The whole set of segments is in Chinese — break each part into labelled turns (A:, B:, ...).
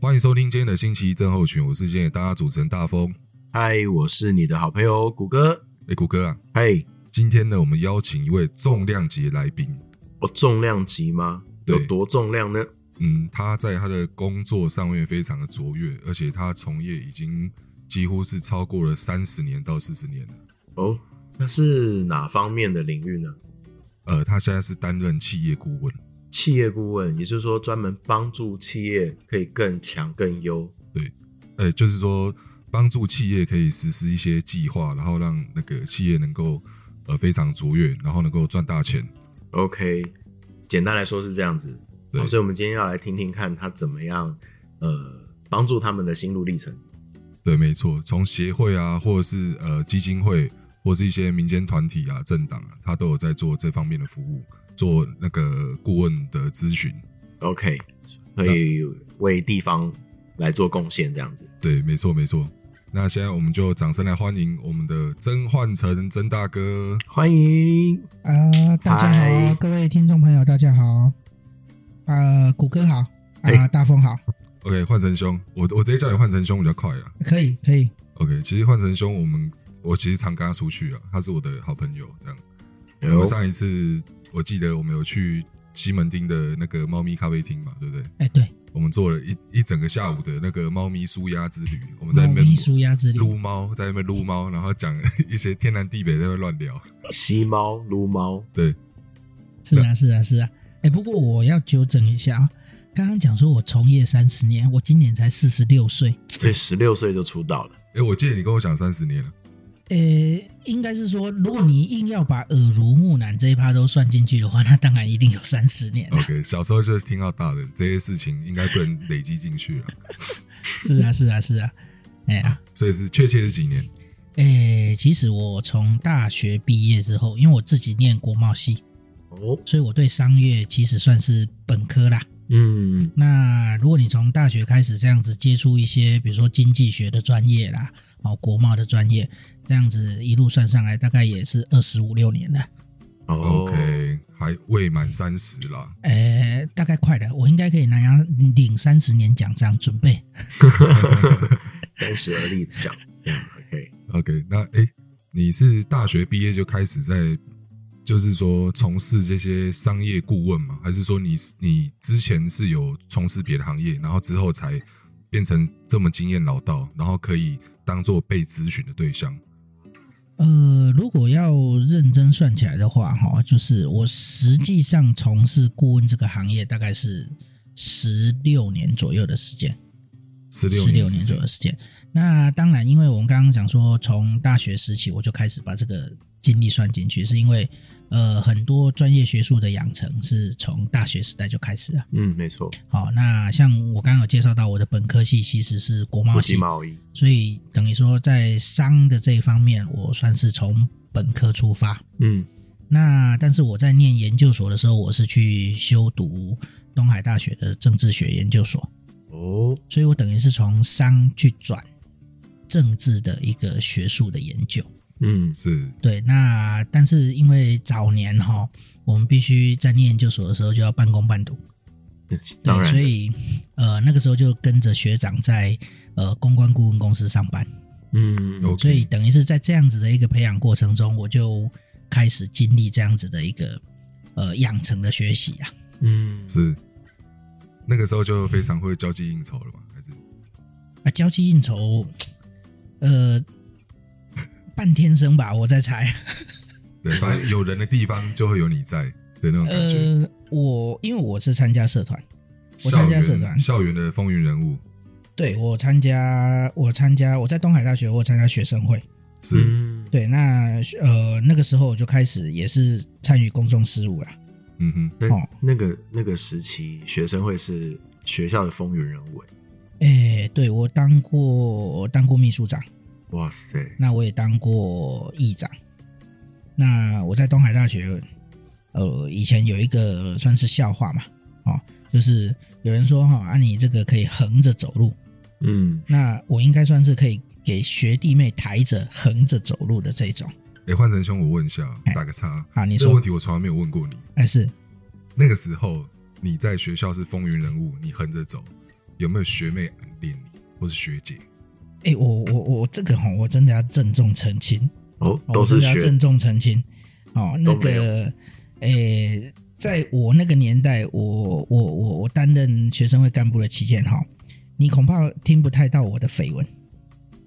A: 欢迎收听今天的星期一症候群，我是今天的大家主持人大风。
B: 嗨，我是你的好朋友谷歌。
A: 哎，谷歌啊，
B: 嘿，
A: 今天呢，我们邀请一位重量级来宾。
B: 我重量级吗？
A: 对
B: 有多重量呢？
A: 嗯，他在他的工作上面非常的卓越，而且他从业已经几乎是超过了三十年到四十年了。
B: 哦，那是哪方面的领域呢？
A: 呃，他现在是担任企业顾问。
B: 企业顾问，也就是说专门帮助企业可以更强更优。
A: 呃，就是说帮助企业可以实施一些计划，然后让那个企业能够呃非常卓越，然后能够赚大钱。
B: OK，简单来说是这样子。
A: 对
B: 好，所以我们今天要来听听看他怎么样，呃，帮助他们的心路历程。
A: 对，没错，从协会啊，或者是呃基金会，或是一些民间团体啊、政党啊，他都有在做这方面的服务，做那个顾问的咨询。
B: OK，可以为地方来做贡献，这样子。
A: 对，没错，没错。那现在我们就掌声来欢迎我们的曾焕成曾大哥。
B: 欢迎。
C: 呃，大家
B: 嗨
C: 好，各位听众朋友，大家好。呃，谷歌好，啊、
B: 嘿
A: 哎
C: 大风好，
A: OK，焕成兄，我我直接叫你焕成兄比较快啊。
C: 可以可以。
A: OK，其实焕成兄，我们我其实常跟他出去啊，他是我的好朋友，这样。我
B: 有
A: 们上一次我记得我们有去西门町的那个猫咪咖啡厅嘛，对不对？
C: 哎、对，
A: 我们做了一一整个下午的那个猫咪舒压之旅，我们在
C: 猫
A: 那边
C: 咪舒压之旅，
A: 撸猫，在那边撸猫，然后讲一些天南地北在那边乱聊。
B: 吸猫、撸猫，
A: 对，
C: 是啊是啊是啊。哎、不过我要纠正一下啊，刚刚讲说我从业三十年，我今年才四十六岁。
B: 所以十六岁就出道了。
A: 哎，我记得你跟我讲三十年 了，
C: 呃，应该是说，如果你硬要把耳濡目染这一趴都算进去的话，那当然一定有 三十年了。啊
A: OK，小时候就是听到大的这些事情，应该不能累积进去了，
C: 是啊是啊是啊。哎呀、
A: 所以是确切是几年？
C: 诶、其实我从大学毕业之后，因为我自己念国贸系，
B: 哦，
C: 所以我对商业其实算是本科啦。
B: 嗯，
C: 那如果你从大学开始这样子接触一些，比如说经济学的专业啦，哦，国贸的专业，这样子一路算上来，大概也是二十五六年了，
B: 哦
A: OK，还未满三十啦。
C: 呃，大概快了，我应该可以拿领三十年奖章，准备。
B: 三十而立奖，这样 OK。
A: OK，那哎、诶你是大学毕业就开始在，就是说从事这些商业顾问吗？还是说你你之前是有从事别的行业，然后之后才变成这么经验老道，然后可以当做被咨询的对象？
C: 呃，如果要认真算起来的话，哈，就是我实际上从事顾问这个行业大概是十六年左右的时间。
A: 十六
C: 十六
A: 年
C: 年左右的时间。那当然，因为我们刚刚讲说，从大学时期我就开始把这个经历算进去，是因为呃，很多专业学术的养成是从大学时代就开始了。啊
B: 嗯，没错，
C: 好，那像我刚刚有介绍到，我的本科系其实是国贸
B: 国际
C: 系，
B: 贸易。
C: 所以等于说在商的这一方面，我算是从本科出发。
B: 嗯，
C: 那但是我在念研究所的时候，我是去修读东海大学的政治学研究所。
B: 哦，
C: 所以我等于是从商去转政治的一个学术的研究。
B: 嗯，
A: 是
C: 对，那但是因为早年哈，我们必须在念研究所的时候就要半工半读，
B: 当
C: 对，
B: 然，
C: 所以呃那个时候就跟着学长在呃公关顾问公司上班，
B: 嗯，
A: OK
C: 所以等于是在这样子的一个培养过程中，我就开始经历这样子的一个呃养成的学习啊。
B: 嗯，
A: 是，那个时候就非常会交际应酬了吧？还是
C: 啊，交际应酬，呃，半天生吧，我在猜。
A: 对，反正有人的地方就会有你在的那种感觉。
C: 呃，我因为我是参加社团，我参
A: 校
C: 加社
A: 园
C: 团
A: 校园的风云人物
C: 对我参加我参加我在东海大学我参加学生会，
A: 是、
B: 嗯，
C: 对，那呃那个时候我就开始也是参与公众事务啦。
A: 嗯哼，
B: 那
C: 哦
B: 那个那个时期，学生会是学校的风云人物。哎
C: 哎，对我当过我当过秘书长，
B: 哇塞，
C: 那我也当过议长。那我在东海大学，呃，以前有一个算是笑话嘛，哦，就是有人说哈、啊，你这个可以横着走路，
B: 嗯，
C: 那我应该算是可以给学弟妹抬着横着走路的这种
A: 哎、换成兄，我问一下，打个岔。
C: 啊。你
A: 这个
C: 说
A: 问，题我从来没有问过你。
C: 哎，是
A: 那个时候你在学校是风云人物，你横着走，有没有学妹暗恋你，或是学姐？
C: 哎、我我我这个哈，我真的要郑重澄清，
B: 哦，
C: 哦
B: 都
C: 我真
B: 是
C: 的要郑
B: 学
C: 重澄清。哦，那
B: 都没
C: 个，诶、在我那个年代，我我我我担任学生会干部的期间，哈，你恐怕听不太到我的绯闻。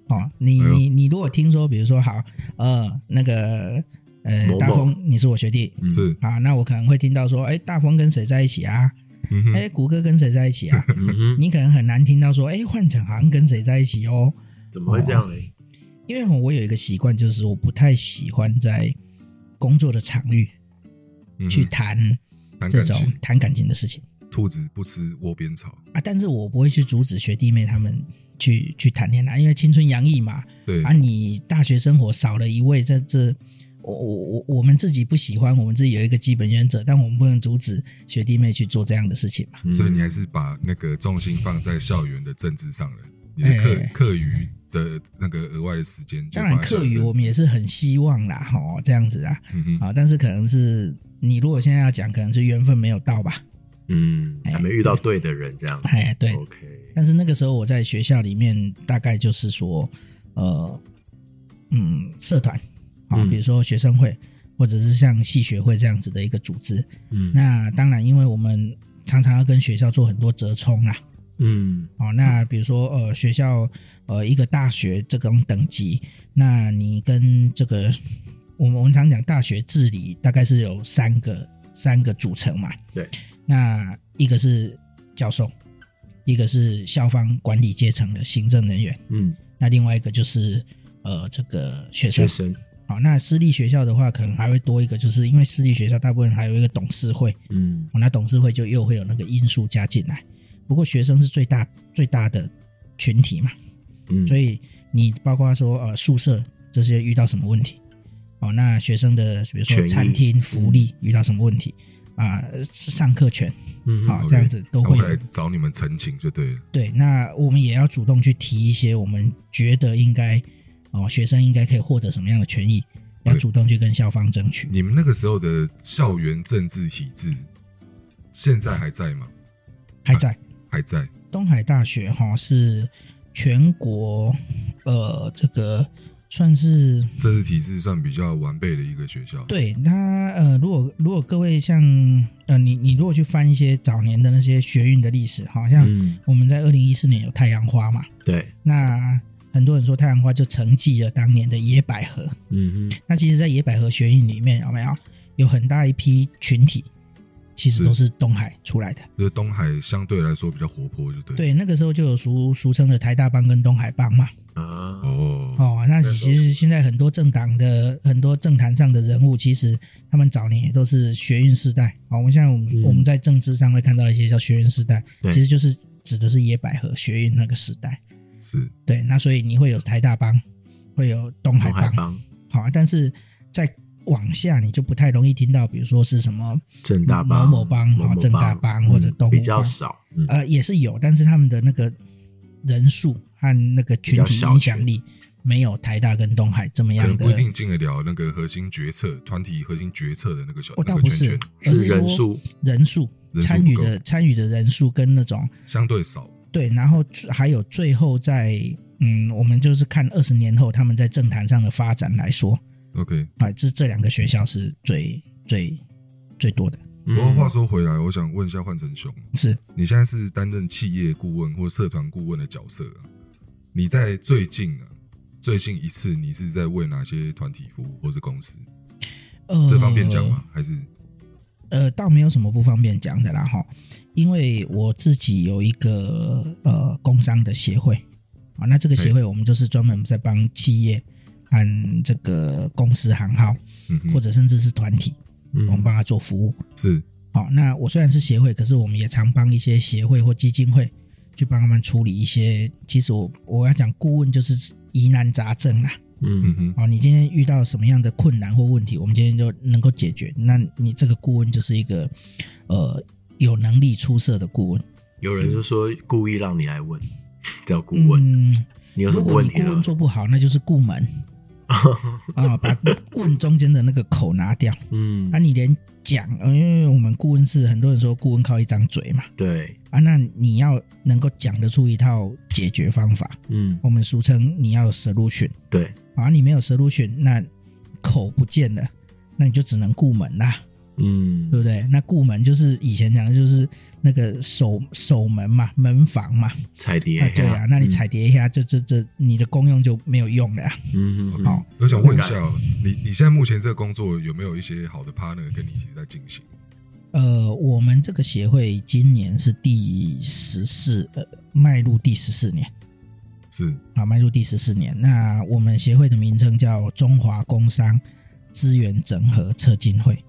C: 哦，你
A: 哎呦
C: 你你如果听说，比如说好，呃，那个呃，
B: 某某
C: 大风，你是我学弟。
B: 嗯
A: 是，
C: 啊，那我可能会听到说，哎、大风跟谁在一起啊？
A: 嗯哼，
C: 哎、谷歌跟谁在一 起啊？
B: 嗯哼，
C: 你可能很难听到说，哎、换成好像跟谁在一起哦。
B: 怎么会这样呢？
C: 因为我有一个习惯，就是我不太喜欢在工作的场域
A: 嗯哼
C: 去谈
A: 谈
C: 这
A: 感
C: 种
A: 情，
C: 谈感情的事情
A: 兔子不吃窝边草，
C: 啊，但是我不会去阻止学弟妹他们去去谈恋爱，因为青春洋溢嘛，
A: 对
C: 啊，，你大学生活少了一位，这这。我我我我们自己不喜欢，我们自己有一个基本原则，但我们不能阻止学弟妹去做这样的事情嘛。
A: 哦所以你还是把那个重心放在校园的政治上了，你的
C: 哎
A: 课课余的那个额外的时间就
C: 当
A: 放在
C: 然，
A: 校园政，
C: 课余我们也是很希望啦，吼这样子啊，
A: 嗯哼，
C: 啊，但是可能是你如果现在要讲，可能是缘分没有到吧。
B: 嗯，还没遇到对的人，这样。
C: 哎，对，
B: 哦 OK，
C: 但是那个时候我在学校里面，大概就是说，呃，嗯，社团啊，
B: 嗯
C: 比如说学生会，或者是像系学会这样子的一个组织。
B: 嗯
C: 那当然，因为我们常常要跟学校做很多折冲啊。
B: 嗯
C: 哦，那比如说呃，学校呃一个大学这种等级，那你跟这个我们我们常讲大学治理大概是有三个三个组成嘛，
B: 对，
C: 那一个是教授，一个是校方管理阶层的行政人员，
B: 嗯，
C: 那另外一个就是呃这个学生
B: 学。生，
C: 好、那私立学校的话，可能还会多一个，就是因为私立学校大部分还有一个董事会，
B: 嗯
C: 哦，那董事会就又会有那个因素加进来。不过学生是最大最大的群体嘛，
B: 嗯，
C: 所
B: 以
C: 以你包括说呃宿舍这些遇到什么问题，哦，那学生的比如说
B: 权益嗯
C: 餐厅福利遇到什么问题啊、上课权
B: 嗯
C: 啊、
A: OK
C: 这样子都
A: 那
C: 会
A: 我
C: 有
A: 来。找你们澄清就对了，
C: 对，那我们也要主动去提一些我们觉得应该哦学生应该可以获得什么样的权益，要
A: 对嗯
C: 主动去跟校方争取。
A: 你们那个时候的校园政治体制现在还在吗？
C: 还在
A: 还在，
C: 东海大学哈、是全国呃这个算是
A: 政治体制算比较完备的一个学校，，
C: 对它呃，如果如果各位像呃你你如果去翻一些早年的那些学运的历史，好像
B: 嗯
C: 我们在二零一四年有太阳花嘛，
B: 对，
C: 那很多人说太阳花就承继了当年的野百合。
B: 嗯哼，
C: 那其实，在野百合学运里面有没有有很大一批群体，其实都是东海出来的。
A: 就是东海相对来说比较活泼，就对，，
C: 对，那个时候就有俗俗称的台大帮跟东海帮嘛。
B: 啊，
A: 哦，
C: 哦，那
A: 那时候
C: 其实现在很多政党的很多政坛上的人物，其实他们早年也都是学运世代。哦，我们像我们、
B: 嗯
C: 我们在政治上会看到一些叫学运世代，
B: 对
C: 其实就是指的是野百合学运那个时代。
A: 是，
C: 对，那所以你会有台大帮，会有东海
B: 红海
C: 帮，
B: 帮、
C: 好，但是在往下你就不太容易听到，比如说是什么
B: 正大帮、
C: 某某嗯帮
B: 某某
C: 哦正大帮或者
B: 嗯
C: 东吴帮
B: 比较少，嗯
C: 呃，也是有，但是他们的那个人数和那个群
B: 比
C: 体
B: 较小
C: 影响力没有台大跟东海这么
A: 可
C: 样
A: 能
C: 的
A: 不一。定进得了那个核心决策团体核心决策的那个小
C: 我
A: 那
C: 倒
A: 个
C: 不
A: 圈
C: 是
A: 圈，，
C: 而
B: 是
C: 是
B: 人
C: 说
B: 数，
C: 人数
A: 人数
C: 参
A: 不
C: 与
A: 够
C: 的参与的人数跟那种
A: 相对少，
C: 对，然后最还有最后在嗯，我们就是看二十年后他们在政坛上的发展来说，
A: OK，
C: 啊，这这两个学校是最最最多的，
A: 不过
B: 嗯
A: 话说回来，我想问一下换成雄，
C: 是
A: 你现在是担任企业顾问或社团顾问的角色、啊，你在最近啊，最近一次你是在为哪些团体服务或是公司？
C: 呃
A: 这方便讲吗？还是
C: 呃，倒没有什么不方便讲的啦哈，因为我自己有一个呃工商的协会啊，那这个协会我们就是专门在帮企业和这个公司行号，
A: 嗯
C: 或
A: 哼，
C: 者甚至是团体，
B: 嗯
C: 我们帮他做服务。
A: 是
C: 好、那我虽然是协会，可是我们也常帮一些协会或基金会去帮他们处理一些。其实我我要讲顾问就是疑难杂症啦。
A: 嗯
B: 嗯
A: 哼，
C: 哦，你今天遇到什么样的困难或问题，我们今天就能够解决。那你这个顾问就是一个呃有能力出色的顾问。
B: 有人就说故意让你来问，叫顾问，
C: 嗯，
B: 你有什
C: 如
B: 么
C: 果
B: 问
C: 你
B: 题
C: 顾
B: 了
C: 问？做不好，那就是顾门。啊，把棍中间的那个口拿掉。
B: 嗯
C: 啊，，你连讲，呃因为我们顾问是很多人说顾问靠一张嘴嘛，
B: 对，
C: 啊，那你要能够讲得出一套解决方法，
B: 嗯，
C: 我们俗称你要有 solution
B: 对，
C: 啊，你没有 solution，那口不见了，那你就只能顾门啦，对
B: 嗯，
C: 不对？那顾门就是以前讲的就是那个守守门嘛，门房嘛，
B: 彩蝶
C: 啊，对啊，那你
B: 彩，
C: 彩蝶一下，这这这你的功用就没有用了、啊。
B: 嗯嗯，嗯
C: 好，
A: 我想问一下哦，你你现在目前这个工作有没有一些好的 partner 跟你一起在进行？
C: 呃，我们这个协会今年是第十四，呃，迈入第十四年
A: 是
C: 啊，迈入第十四年。那我们协会的名称叫中华工商资源整合策进会。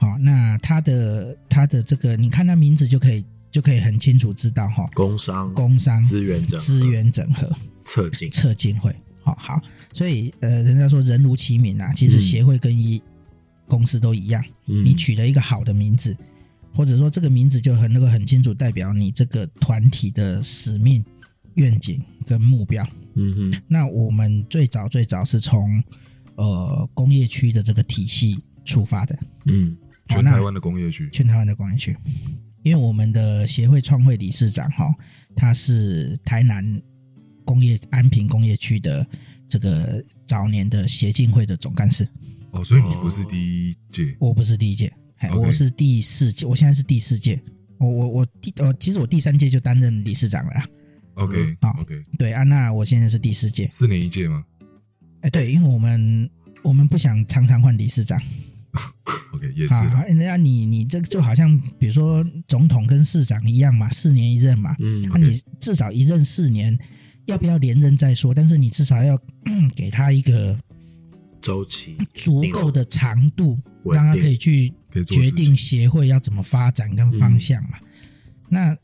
C: 好，那它的它的这个，你看它名字就可以就可以很清楚知道哈、
B: 工商
C: 工商
B: 资源整合
C: 资源整合
B: 侧进，
C: 策进会。好、好，所以呃，人家说人如其名啊，其实
B: 嗯
C: 协会跟一、公司都一样，
B: 你
C: 你取了一个好的名字，或者说这个名字就很能够很清楚代表你这个团体的使命、愿景跟目标。
B: 嗯哼，
C: 那我们最早最早是从呃工业区的这个体系出发的，
B: 嗯
A: 全
C: 那
A: 台湾的工业区，
C: 全台湾的工业区，因为我们的协会创会理事长哈、他是台南工业安平工业区的这个早年的协进会的总干事，
A: 哦，所以你不是第一届，
C: 我不是第一届，哎，
A: OK
C: 我是第四届，我现在是第四届。我我我第呃，其实我第三届就担任理事长了啦。
A: OK
C: 嗯好
A: OK，
C: 对，安、啊、娜，我现在是第四届。
A: 四年一届吗
C: 哎，对，因为我们我们不想常常换理事长
A: ？OK 也是
C: 啊
A: 啦，，
C: 人家你你这个就好像比如说总统跟市长一样嘛，四年一任嘛，
B: 嗯
C: 那、啊你至少一任四年，要不要连任再说？但是你至少要、 嗯给他一个
B: 周期
C: 足够的长度，
B: 稳定
C: 让他可以去
A: 可以做
C: 决
A: 事
C: 定
A: 情。
C: 协会要怎么发展跟方向嘛。
B: 嗯
C: 那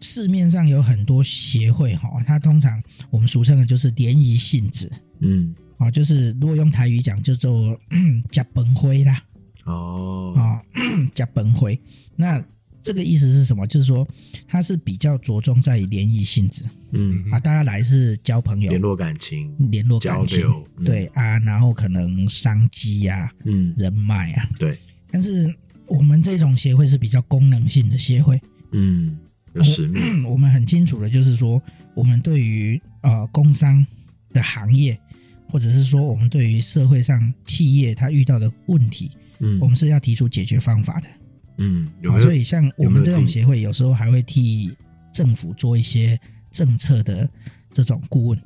C: 市面上有很多协会哈，它通常我们俗称的就是联谊性质
B: 嗯
C: 哦，就是如果用台语讲，就做 假本会啦
B: 哦
C: 啊， 假、本会。那这个意思是什么？就是说它是比较着重在于联谊性质
B: 嗯
A: 嗯
C: 啊，大家来是交朋友
B: 联、络感情
C: 嗯联络感情
B: 交流，嗯
C: 对啊，然后可能商机呀、
B: 嗯
C: 人脉啊，
B: 对
C: 但是我们这种协会是比较功能性的协会，
B: 嗯有使命
C: 嗯我们很清楚的就是说，我们对于呃工商的行业，或者是说我们对于社会上企业它遇到的问题，
B: 嗯
C: 我们是要提出解决方法的。
B: 嗯有
C: 啊
B: 没
C: 哦所
B: 有
C: 以像我
B: 有没
C: 们
B: 有
C: 这种
B: 例子
C: 协会，有时候还会替政府做一些政策的这种顾问。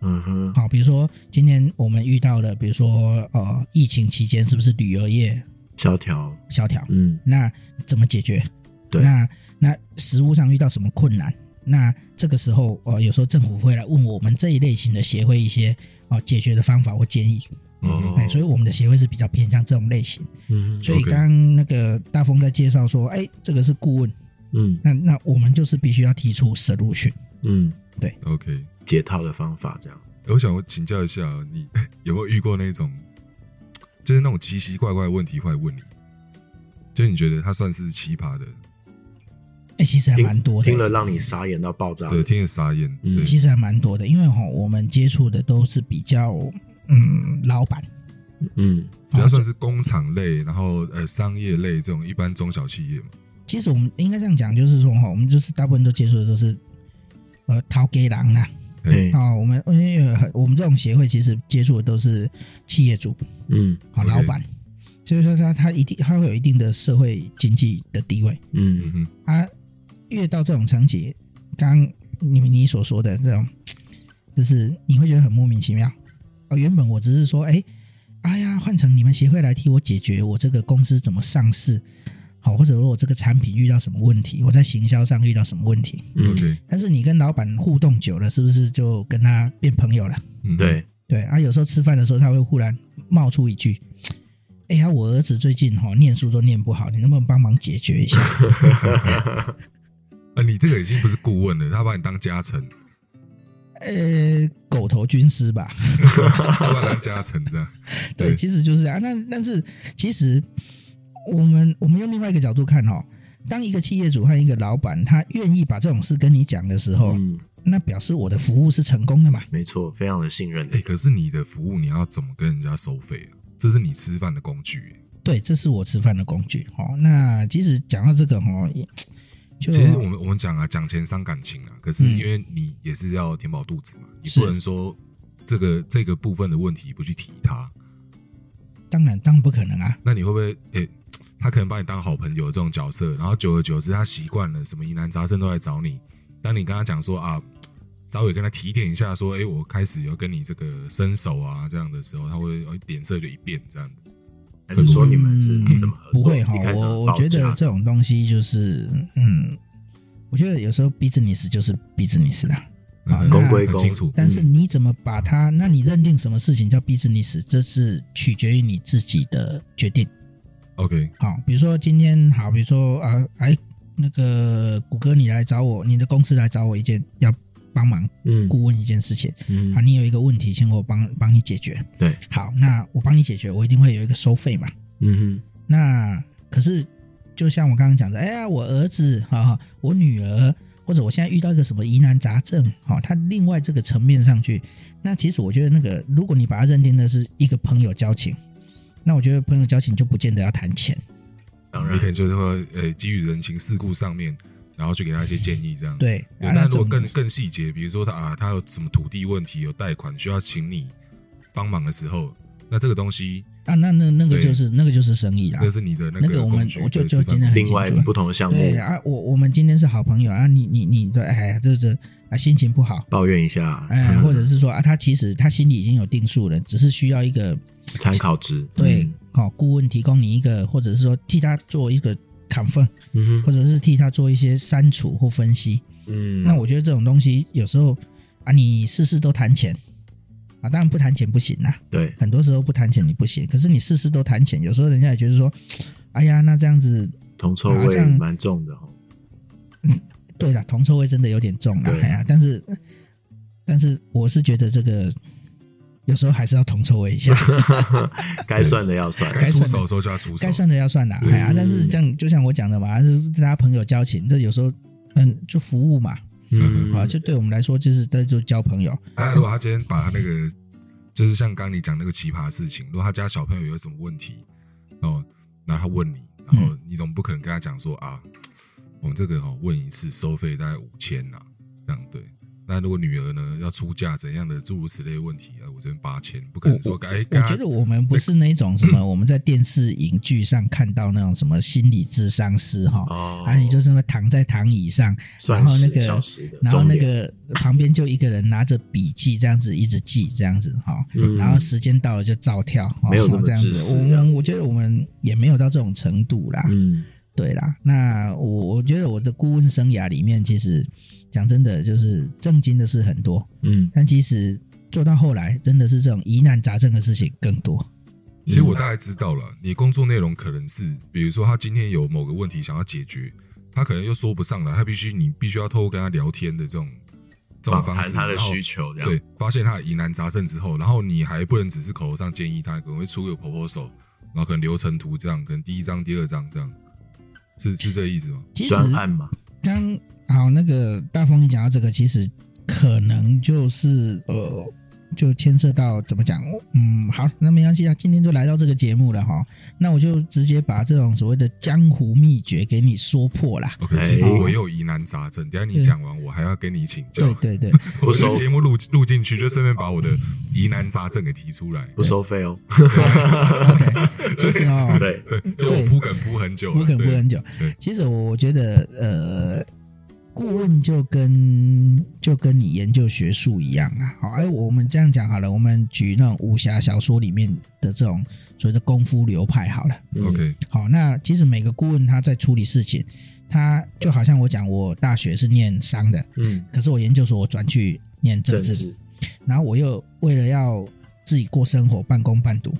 B: 嗯哼
C: 好，比如说今天我们遇到了，比如说呃疫情期间是不是旅游业
B: 萧条
C: 萧条？
B: 嗯
C: 那怎么解决？
B: 对
C: 那那实物上遇到什么困难？那这个时候，呃，有时候政府会来问我们这一类型的协会一些哦、呃解决的方法或建议，
A: 嗯
B: 哦
C: 哎、所以我们的协会是比较偏向这种类型。
B: 嗯
C: 所以
A: OK
C: 刚刚那个大风在介绍说，哎、这个是顾问，
B: 嗯
C: 那那我们就是必须要提出 solution。
B: 嗯
A: OK，
B: 解套的方法这样
A: 我想我请教一下，哦你 有没有遇过那种，就是那种奇奇怪怪的问题会来问你，就是你觉得他算是奇葩的，
C: 哎、其实还蛮多
B: 听了
C: 的，
B: 让你傻眼到爆炸
A: 对，听着傻眼，
B: 嗯
A: 对，
C: 其实还蛮多的，因为哈、我们接触的都是比较嗯老板，
B: 嗯
A: 比较
C: 哦
A: 算是工厂类，然后呃商业类这种一般中小企业嘛，
C: 其实我们应该这样讲，就是说哈，我们就是大部分都接触的都是呃淘给狼啦。
B: 哎
C: 啊、我们因为很我们这种协会其实接触的都是企业主
B: 嗯
C: 啊、
A: OK
C: 老板，所以说他他一定他会有一定的社会经济的地位
B: 嗯
A: 嗯哼，
C: 啊。越到这种层级，刚刚你们你所说的这种，就是你会觉得很莫名其妙。哦，原本我只是说，哎，哎呀，换成你们协会来替我解决我这个公司怎么上市，好，或者说我这个产品遇到什么问题，我在行销上遇到什么问题。
B: 嗯
A: OK，
C: 但是你跟老板互动久了，是不是就跟他变朋友了？
A: 嗯，
B: 对
C: 对啊，有时候吃饭的时候，他会忽然冒出一句：“哎呀，我儿子最近哈、念书都念不好，你能不能帮忙解决一下
A: 啊，你这个已经不是顾问了，他把你当家臣，？”
C: 呃，狗头军师吧，
A: 他把你当家臣这样，
C: 对，
A: 对
C: 其实就是这样。那但是其实我们我们用另外一个角度看哦，当一个企业主和一个老板他愿意把这种事跟你讲的时候，
B: 嗯
C: 那表示我的服务是成功的嘛？
B: 没错，非常的信任
A: 哎、
B: 的。
A: 可是你的服务你要怎么跟人家收费啊？这是你吃饭的工具欸、
C: 对，这是我吃饭的工具。哦，那其实讲到这个哦，也就
A: 其实我们我们讲啊，讲钱伤感情啊，可是
C: 嗯
A: 因为你也是要填饱肚子嘛，你
C: 是
A: 不能说这个这个部分的问题不去提它，
C: 当然当然不可能啊，
A: 那你会不会诶、他可能把你当好朋友这种角色，然后久而久之他习惯了，什么疑难杂症都来找你。当你跟他讲说啊，稍微跟他提点一下说，诶、欸我开始要跟你这个伸手啊这样的时候，他会哎脸色就一变这样子。
B: 还是说你们是
C: 嗯
B: 怎么合作？
C: 不会哈
B: 一开，始怎么
C: 我
B: 报
C: 我觉
B: 价
C: 得这种东西就是，嗯，我觉得有时候 business 就是 business 啦。
A: 那很
C: 啊公
A: 很
B: 归公
A: 清楚，
C: 但是你怎么把它？那你认定什么事情叫 business？这是取决于你自己的决定。
A: OK，
C: 好，比如说今天好，比如说啊，哎，那个谷歌你来找我，你的公司来找我一件要帮忙
B: 嗯
C: 顾问一件事情、
B: 嗯
C: 啊，你有一个问题，请我帮帮你解决。
B: 对，
C: 好，那我帮你解决，我一定会有一个收费嘛。
B: 嗯
C: 那可是就像我刚刚讲的，哎呀，我儿子哈、哈我女儿，或者我现在遇到一个什么疑难杂症，哈、他另外这个层面上去，那其实我觉得那个，如果你把它认定的是一个朋友交情，那我觉得朋友交情就不见得要谈钱。
B: 哼，当
A: 你
B: 然
A: 可能就是说，诶、基于人情世故上面，然后去给他一些建议这样。
C: 对，
A: 对。那
C: 啊那
A: 如果
C: 种
A: 更更细节，比如说他啊，他有什么土地问题、有贷款需要请你帮忙的时候，那这个东西，
C: 啊，那那那个
A: 对
C: 就是那个就是生意啦啊
A: 那。是你的
C: 那
A: 个
C: 个我们
A: 工具
C: 我就
A: 对
C: 就
A: 吃饭
C: 今天
A: 工具
B: 另外不同的项目
C: 对啊，我我们今天是好朋友啊，你你你说，哎呀，这这啊心情不好，
B: 抱怨一下，
C: 哎，
B: 嗯
C: 或者是说啊，他其实他心里已经有定数了，只是需要一
B: 嗯
C: 个
B: 参考值，嗯
C: 对，哦，顾问提供你一个，或者是说替他做一个 confirm，
B: 嗯
C: 或
B: 哼，
C: 者是替他做一些删除或分析。
B: 嗯，
C: 那我觉得这种东西有时候啊，你事事都谈钱啊，当然不谈钱不行啦，
B: 对，
C: 很多时候不谈钱你不行。可是你事事都谈钱，有时候人家也觉得说，哎呀，那这样子，
B: 铜臭
C: 好
B: 味
C: 像
B: 蛮重的哦。
C: 对了，铜臭味真的有点重了，
B: 对
C: 哎呀，但是但是我是觉得这个有时候还是要铜臭味一下。
B: 该算的要算，
A: 该出
C: 算的
A: 手的时候就要出手
C: 该。算的要算的，
B: 对
C: 哎呀，但是这样就像我讲的嘛，就是大家朋友交情，这有时候嗯，就服务嘛，
A: 嗯
C: 啊，就对我们来说就是这就交朋友，
A: 啊那如果他今天把他那个，就是像刚刚你讲那个奇葩事情，如果他家小朋友有什么问题，哦，然后他问你，然
C: 嗯
A: 后你总不可能跟他讲说啊，我们这个哦问一次收费大概五千呐，这样对。那如果女儿呢要出嫁怎样的诸如此类问题啊，我这边八千，不可能说哎，
C: 我
B: 啊
A: 跟他
C: 觉得我们不是那种什 么我们在电视影剧上看到那种什么心理智商师哈，
B: 哦，
C: 啊，你就是那么躺在躺椅上，
B: 算
C: 然后那
B: 是
C: 个
B: 小时的，
C: 然后
B: 中
C: 那
B: 年
C: 个旁边就一个人拿着笔记这样子一直记这样子哈，
B: 嗯
C: 然后时间到了就照跳，哦
B: 没有这么
C: 样
B: 自
C: 子，
B: 私
C: 我
B: 这样
C: 们我觉得我们也没有到这种程度啦，
B: 嗯，
C: 对啦，那我我觉得我的顾问生涯里面，其实讲真的，就是正经的事很多，
B: 嗯，
C: 但其实做到后来，真的是这种疑难杂症的事情更多。
A: 其实我大概知道了，你工作内容可能是，比如说他今天有某个问题想要解决，他可能又说不上来，他必须你必须要透过跟他聊天的这种这种
B: 访
A: 方
B: 啊谈
A: 式，
B: 他的
A: 然后
B: 需求，这样
A: 对，发现他的疑难杂症之后，然后你还不能只是口头上建议他，可能会出个 proposal，然后可能流程图这样，可能第一章、第二章这样，是是这个意思吗？
C: 其实
B: 专案嘛，
C: 刚好那个大风你讲到这个，其实可能就是呃，就牵涉到怎么讲，嗯，好，那没关系啊，今天就来到这个节目了哈，那我就直接把这种所谓的江湖秘诀给你说破啦。
A: OK，
B: 哎
A: 其实我也有疑难杂症，等一下你讲完，我还要跟你请教。
C: 对对对，
A: 我
B: 不收
A: 这节目录录进去，就顺便把我的疑难杂症给提出来。
B: 不收费哦，
C: OK，其实
A: 嗯
C: 哦，
B: 对，
A: 就我
C: 对
A: 铺梗铺很久了，
C: 我可能
A: 对
C: 不很久
A: 对。
C: 其实我觉得，呃，顾问就跟就跟你研究学术一样啊。好，哎，我们这样讲好了，我们举那种武侠小说里面的这种所谓的功夫流派好了。
B: 嗯
A: OK，
C: 好，那其实每个顾问他在处理事情，他就好像我讲，我大学是念商的，
B: 嗯，
C: 可是我研究所我转去念政
B: 政
C: 治，
B: 治，
C: 然后我又为了要自己过生活，半工半读，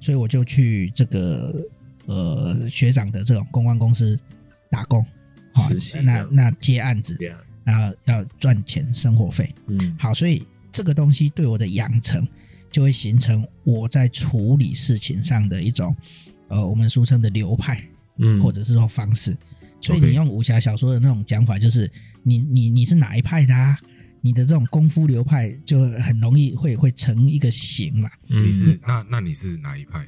C: 所以我就去这个呃学长的这种公关公司打工，好
B: 实习，这
C: 那
B: 样
C: 那接案子，
B: 对啊，
C: 然后要赚钱生活费。
B: 嗯，
C: 好，所以这个东西对我的养成，就会形成我在处理事情上的一种呃我们俗称的流派，
B: 嗯，
C: 或者是说方式。所以
A: OK
C: 你用武侠小说的那种讲法，就是你你你是哪一派的、啊？你的这种功夫流派就很容易会会成一个型嘛。
A: 你
B: 嗯，
A: 是那那你是哪一派？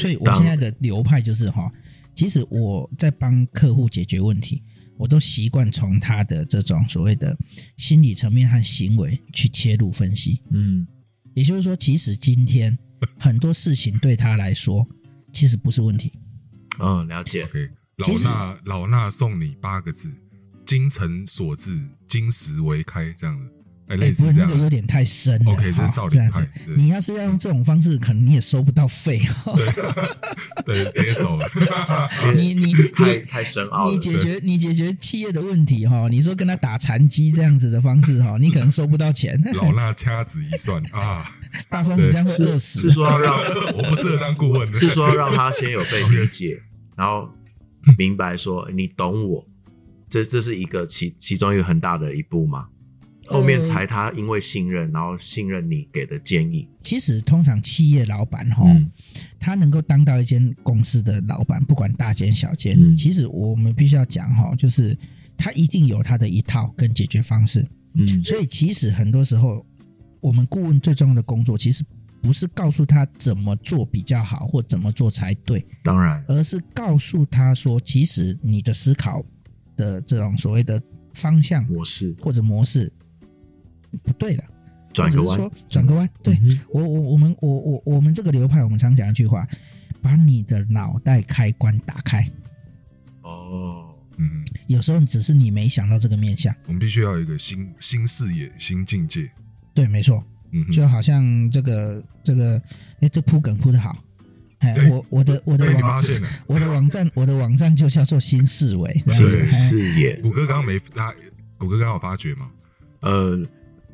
C: 所以我现在的流派就是哈，即使我在帮客户解决问题，我都习惯从他的这种所谓的心理层面和行为去切入分析。
B: 嗯
C: 也就是说，其实 今天很多事情对他来说其实不是问题，
B: 哦，了解，
A: OK，老
C: 其实
A: 衲老衲送你八个字：精诚所至，金石为开，这样子，哎，类
C: 哎，不
A: 似
C: 过
A: 这
C: 那
A: 样
C: 个。有点太深了。
A: OK，这
C: 哈
A: 是少
C: 这样
A: 林
C: 子
A: 派，，对
C: 你要是要用这种方式，可能你也收不到费 哈。
A: 对，直接走 了。哎
C: 你你
B: 太
C: 你
B: 太深奥
C: 你
B: 了，
C: 解决你解决企业的问题哈，你说跟他打残疾这样子的方 式哈，你可能收不到钱。
A: 老衲掐指一算啊，
C: 大风你将会饿死。
B: 是说要让
A: 我不适合当顾问的。
B: 是说让他先有被理解，然后明白说你懂我，这这是一个其其中一个很大的一步嘛。后
C: 呃
B: 面才他因为信任，然后信任你给的建议，
C: 其实通常企业老板哈，
B: 嗯
C: 他能够当到一间公司的老板，不管大间小间，
B: 嗯
C: 其实我们必须要讲哈，就是他一定有他的一套跟解决方式。
B: 嗯
C: 所以其实很多时候，我们顾问最重要的工作，其实不是告诉他怎么做比较好或怎么做才对，
B: 当然，
C: 而是告诉他说，其实你的思考的这种所谓的方向
B: 模式
C: 或者模式不对了，
B: 转
C: 只
B: 个
C: 是
B: 弯
C: 说，转个弯。对
B: 嗯
C: 我我我们我我我们这个流派，我们常讲一句话，把你的脑袋开关打开。
B: 哦，
A: 嗯，
C: 有时候只是你没想到这个面相，
A: 我们必须要有一个新新视野、新境界。
C: 对，没错，
A: 嗯哼，
C: 就好像这个这个，哎，这铺梗铺的好，哎，我我的我的
A: 被你发
C: 网
A: 现了。
C: 我的网站我的网站就叫做新思维，这样子
B: 是，
C: 哎
B: 视野，
A: 谷歌刚刚没他，谷歌刚刚有发觉嘛？
B: 呃，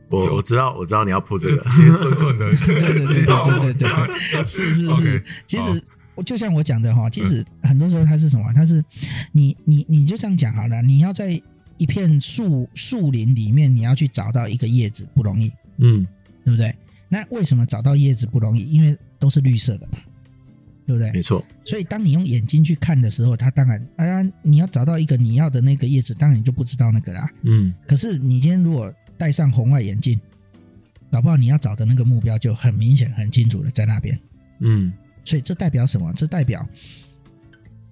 B: 我我知道，我知道你要铺这
A: 就
B: 个，
A: 直接顺顺的
C: 啊 对对对对对
A: 接到我
C: 对对
A: 这
C: 对
A: 儿，
C: 对，是是
A: OK，
C: 是，其
A: 好嗯
C: 实。我就像我讲的哈，其实很多时候它是什么？它是你你你就这样讲好了。你要在一片树树林里面，你要去找到一个叶子不容易，
B: 嗯
C: 对不对？那为什么找到叶子不容易？因为都是绿色的嘛，对不对？
B: 没错，
C: 所以当你用眼睛去看的时候，它当然，当然你要找到一个你要的那个叶子，当然你就不知道那个啦。
B: 嗯
C: 可是你今天如果戴上红外眼镜，搞不好你要找的那个目标就很明显、很清楚的在那边。
B: 嗯
C: 所以这代表什么？这代表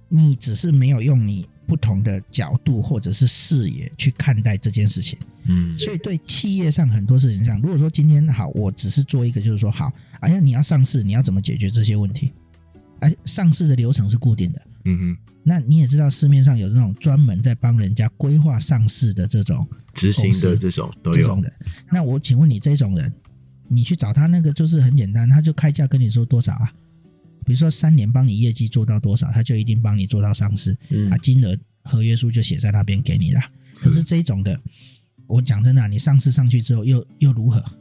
C: 你只是没有用你不同的角度或者是视野去看待这件事情。
B: 嗯，
C: 所以对企业上很多事情上，如果说今天好，我只是做一个，就是说好，哎呀，你要上市，你要怎么解决这些问题？哎，上市的流程是固定的。
A: 嗯
C: 那你也知道，市面上有这种专门在帮人家规划上市的这种
B: 执行的这种都
C: 这
B: 哦有
C: 种，人。那我请问你，这种人，你去找他那个就是很简单，他就开价跟你说多少啊？比如说三年帮你业绩做到多少，他就一定帮你做到上市、
B: 嗯
C: 啊，金额合约书就写在那边给你了。
A: 是
C: 可是这种的，我讲真的啊、你上市上去之后又又如何？
A: 哼，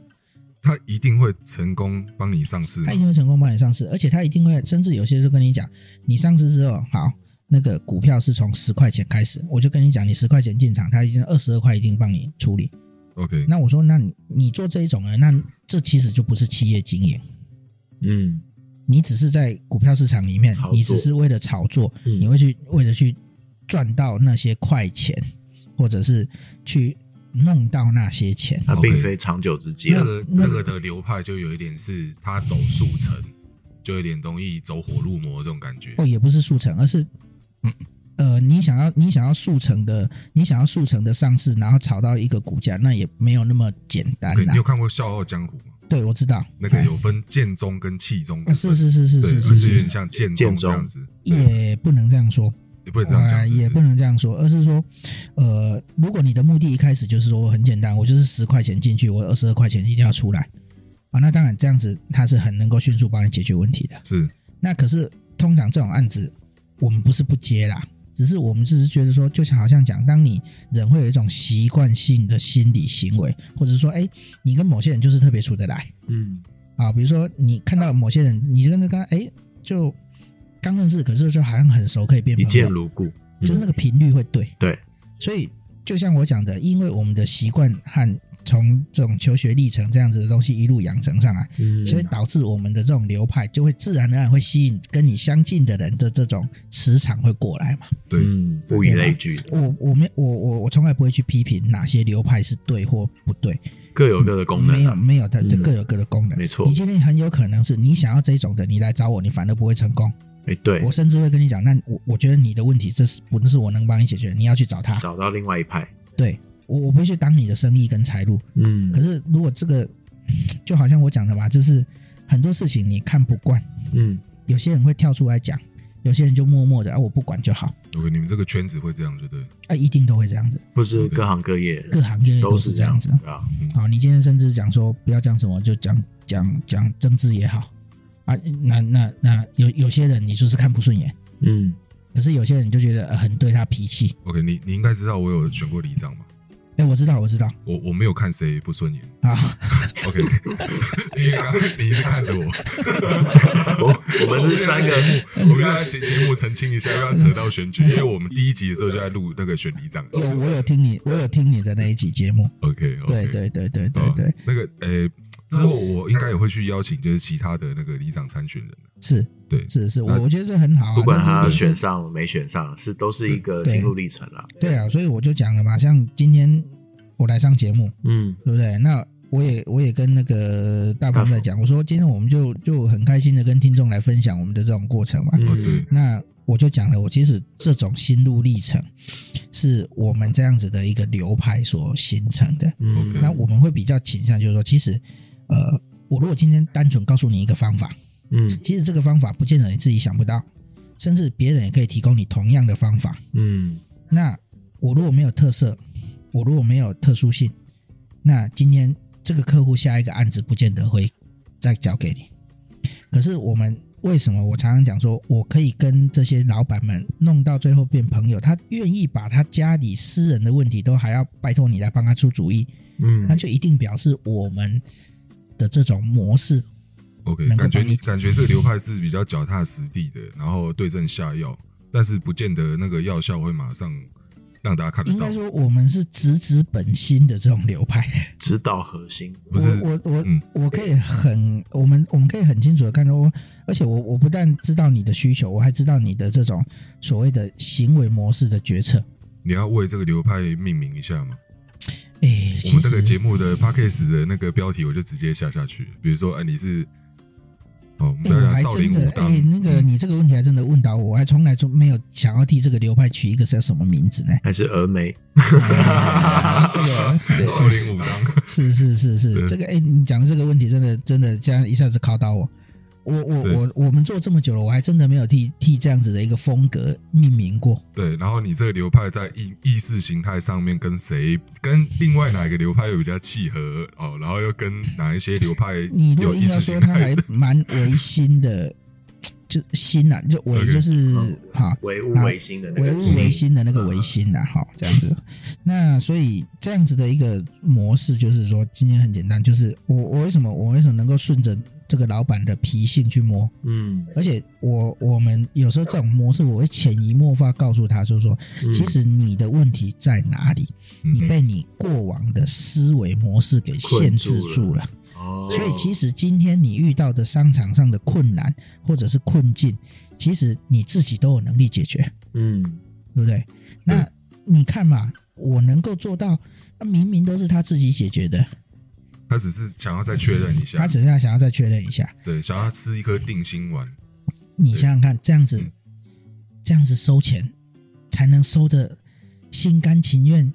A: 他一定会成功帮你上
B: 嗯
A: 市吗
C: 他一。定会成功帮你上市，而且他一定会，甚至有些就跟你讲，你上市之后好。那个股票是从十块钱开始，我就跟你讲，你十块钱进场，他已经二十二块一定帮你处理。
A: OK，
C: 那我说，那你你做这一种呢？那这其实就不是企业经营，
B: 嗯
C: 你只是在股票市场里面
B: 炒，作
C: 你只是为了炒作，
B: 嗯
C: 你会去为了去赚到那些快钱，或者是去弄到那些钱。
B: 它
A: OK
B: 啊并非长久之计啊
A: 这，个
C: 那
A: 这个的流派就有一点是他走速成，就有点容易走火入魔这种感觉。
C: 哦，也不是速成，而是。呃，你想要你想要速成的，你想要速成的上市，然后炒到一个股价，那也没有那么简单
A: OK，
C: 啦
A: 你有。看过《笑傲江湖》吗？
C: 对，我知道。
A: 那个
C: 哎
A: 有分剑宗跟气宗
C: 啊
A: 之
C: 是
A: 分，
C: 是是是
A: 对，
C: 是
A: 而
C: 是
A: 且有点
C: 是，
A: 像剑
B: 剑
A: 宗
B: 宗
A: 这样子，
C: 也不能这样说。
A: 也不能这样讲，
C: 呃
A: 是不
C: 也
A: 是
C: 不能这样说，而是说，呃，如果你的目的一开始就是说我很简单，我就是十块钱进去，我二十二块钱一定要出来啊，那当然这样子它是很能够迅速帮你解决问题的。
A: 是
C: 那可是通常这种案子，我们不是不接啦，只是我们只是觉得说，就像好像讲，当你人会有一种习惯性的心理行为，或者是说，哎，你跟某些人就是特别处得来，
B: 嗯
C: 啊，比如说你看到某些人，你就跟他刚哎就刚认识，可是就好像很熟，可以变
B: 一
C: 朋
B: 见
C: 友。
B: 如故，
C: 就是那
B: 嗯
C: 个频率会对。
B: 对，
C: 所以就像我讲的，因为我们的习惯和从这种求学历程这样子的东西一路养成上来，
B: 嗯
C: 所以导致我们的这种流派就会自然而然会吸引跟你相近的人的这种磁场会过来嘛。
A: 对，
B: 嗯，物以类聚，
C: 我我没我我我从来不会去批评哪些流派是对或不对，
B: 各有各的功能
C: 没有
B: 啊。
C: 没有它
B: 嗯
C: 各有各的功能。
B: 没错
C: 你今天很有可能是你想要这种的，你来找我，你反而不会成功。
B: 哎，对
C: 我，甚至会跟你讲，那我我觉得你的问题这是不是我能帮你解决的，你要去找他。
B: 找到另外一派，
C: 对我我不会去当你的生意跟财路，
B: 嗯
C: 可是如果这个就好像我讲的吧，就是很多事情你看不惯，
B: 嗯，
C: 有些人会跳出来讲，有些人就默默的啊我不管就好，
A: 我跟你们这个圈子会这样，就对了，
C: 啊一定都会这样子，
B: 或是各行各业
C: 各行各业
B: 都
C: 是
B: 这
C: 这样子。
B: 对吧？
C: 好，你今天甚至讲说不要讲什么，就讲讲讲政治也好啊，那那那有有些人你就是看不顺眼，
B: 嗯，
C: 可是有些人你就觉得、呃很对他脾气，
A: OK，你你应该知道我有选过里长嘛？
C: 哎我知道我知道
A: 我我没有看谁不顺眼。
C: 啊，
A: OK，因为刚刚你一直看着我，
B: 我我们是三个
A: 我们要在节节目澄清一下，不要扯到选举，
C: 嗯
A: 因为我们第一集的时候就在录那个选里长的
C: 我
A: 事。
C: 我有听你我有听你的那一集节目，
A: OK，
C: 嗯对对对对对对，
A: 那个呃，之后我应该也会去邀请，就是其他的那个里长参选人。
C: 是
A: 对
C: 是是，
A: 那
C: 我我觉得这很好啊，
B: 不管
C: 但是
B: 他
C: 就是
B: 选上没选上，是都是一个
C: 对
B: 心路历程啦。
C: 对啊，所以我就讲了嘛，像今天我来上节目，
B: 嗯，
C: 对不对？那我也我也跟那个大鹏在讲，我说今天我们就就很开心的跟听众来分享我们的这种过程嘛。
B: 嗯
A: 哦，对，
C: 那我就讲了，我其实这种心路历程是我们这样子的一个流派所形成的。
B: 嗯
A: OK
C: 那我们会比较倾向就是说，其实呃，我如果今天单纯告诉你一个方法，
B: 嗯
C: 其实这个方法不见得你自己想不到，甚至别人也可以提供你同样的方法。
B: 嗯
C: 那我如果没有特色，我如果没有特殊性，那今天这个客户下一个案子不见得会再交给你。可是我们为什么我常常讲说，我可以跟这些老板们弄到最后变朋友，他愿意把他家里私人的问题都还要拜托你来帮他出主意，那
B: 嗯，
C: 就一定表示我们的这种模式
A: OK，
C: 能够
A: 感觉
C: 帮
A: 你
C: 你
A: 感觉这个流派是比较脚踏实地的，然后对症下药，但是不见得那个药效会马上让大家看得
C: 应
A: 到
C: 该。说我们是直指本心的这种流派。
B: 指导核心，？
A: 不是
C: 我我我、
A: 嗯
C: 我可以很我们我们可以很清楚的看到，我而且我我不但知道你的需求，我还知道你的这种所谓的行为模式的决策。
A: 你要为这个流派命名一下吗？
C: 哎、
A: 我
C: 其
A: 们这个节
C: 实
A: 目的 p a c k a g e 的那个标题，我就直接下下去，比如说，哎，你是哦，我们
C: 哎、
A: 大
C: 我
A: 家
C: 还
A: 少
C: 真
A: 林
C: 的
A: 武
C: 哎、
A: 当，嗯
C: 那个你这个问题还真的问到我，我还从来就没有想要替这个流派取一个叫什么名 字呢
B: 还是峨眉？
C: 哎 这个
A: 嗯少林武当，
C: 是是是是，
A: 对
C: 这个哎、你讲的这个问题真的真的这样一下子考倒我。我我
A: 对
C: 我我们做这么久了，我还真的没有替替这样子的一个风格命名过。
A: 对，然后你这个流派在意意识形态上面跟谁跟另外哪一个流派又比较契合哦，然后又跟哪一些流派
C: 你如
A: 有
C: 果
A: 意
C: 硬
A: 识
C: 要说
A: 形
C: 它
A: 态
C: 还
A: 的
C: 蛮违心的，就心啊，就违
A: OK，
C: 就是哈
B: 唯物
C: 啊
B: 唯心的那
C: 唯
B: 个
C: 物唯
B: 心，
C: 心的那个唯心呐，哈这样子。那所以这样子的一个模式，就是说今天很简单，就是我我为什么我为什么能够顺着这个老板的脾性去摸，
B: 嗯，
C: 而且我我们有时候这种模式，我会潜移默化告诉他，就是说，
B: 嗯
C: 其实你的问题在哪里，你
A: 嗯
C: 被你过往的思维模式给限制
B: 困
C: 住
B: 住
C: 了
B: 了。哦，
C: 所以其实今天你遇到的商场上的困难或者是困境，其实你自己都有能力解决，
B: 嗯
C: 对不对？那你看嘛，我能够做到，那明明都是他自己解决的，
A: 他只是想要再确认一
B: 啊
A: 下
C: 他，只是要想要再确认一下。
A: 对，想要吃一颗定心丸，
C: 你想想看，这样子
A: 嗯，
C: 这样子收钱，才能收的心甘情愿，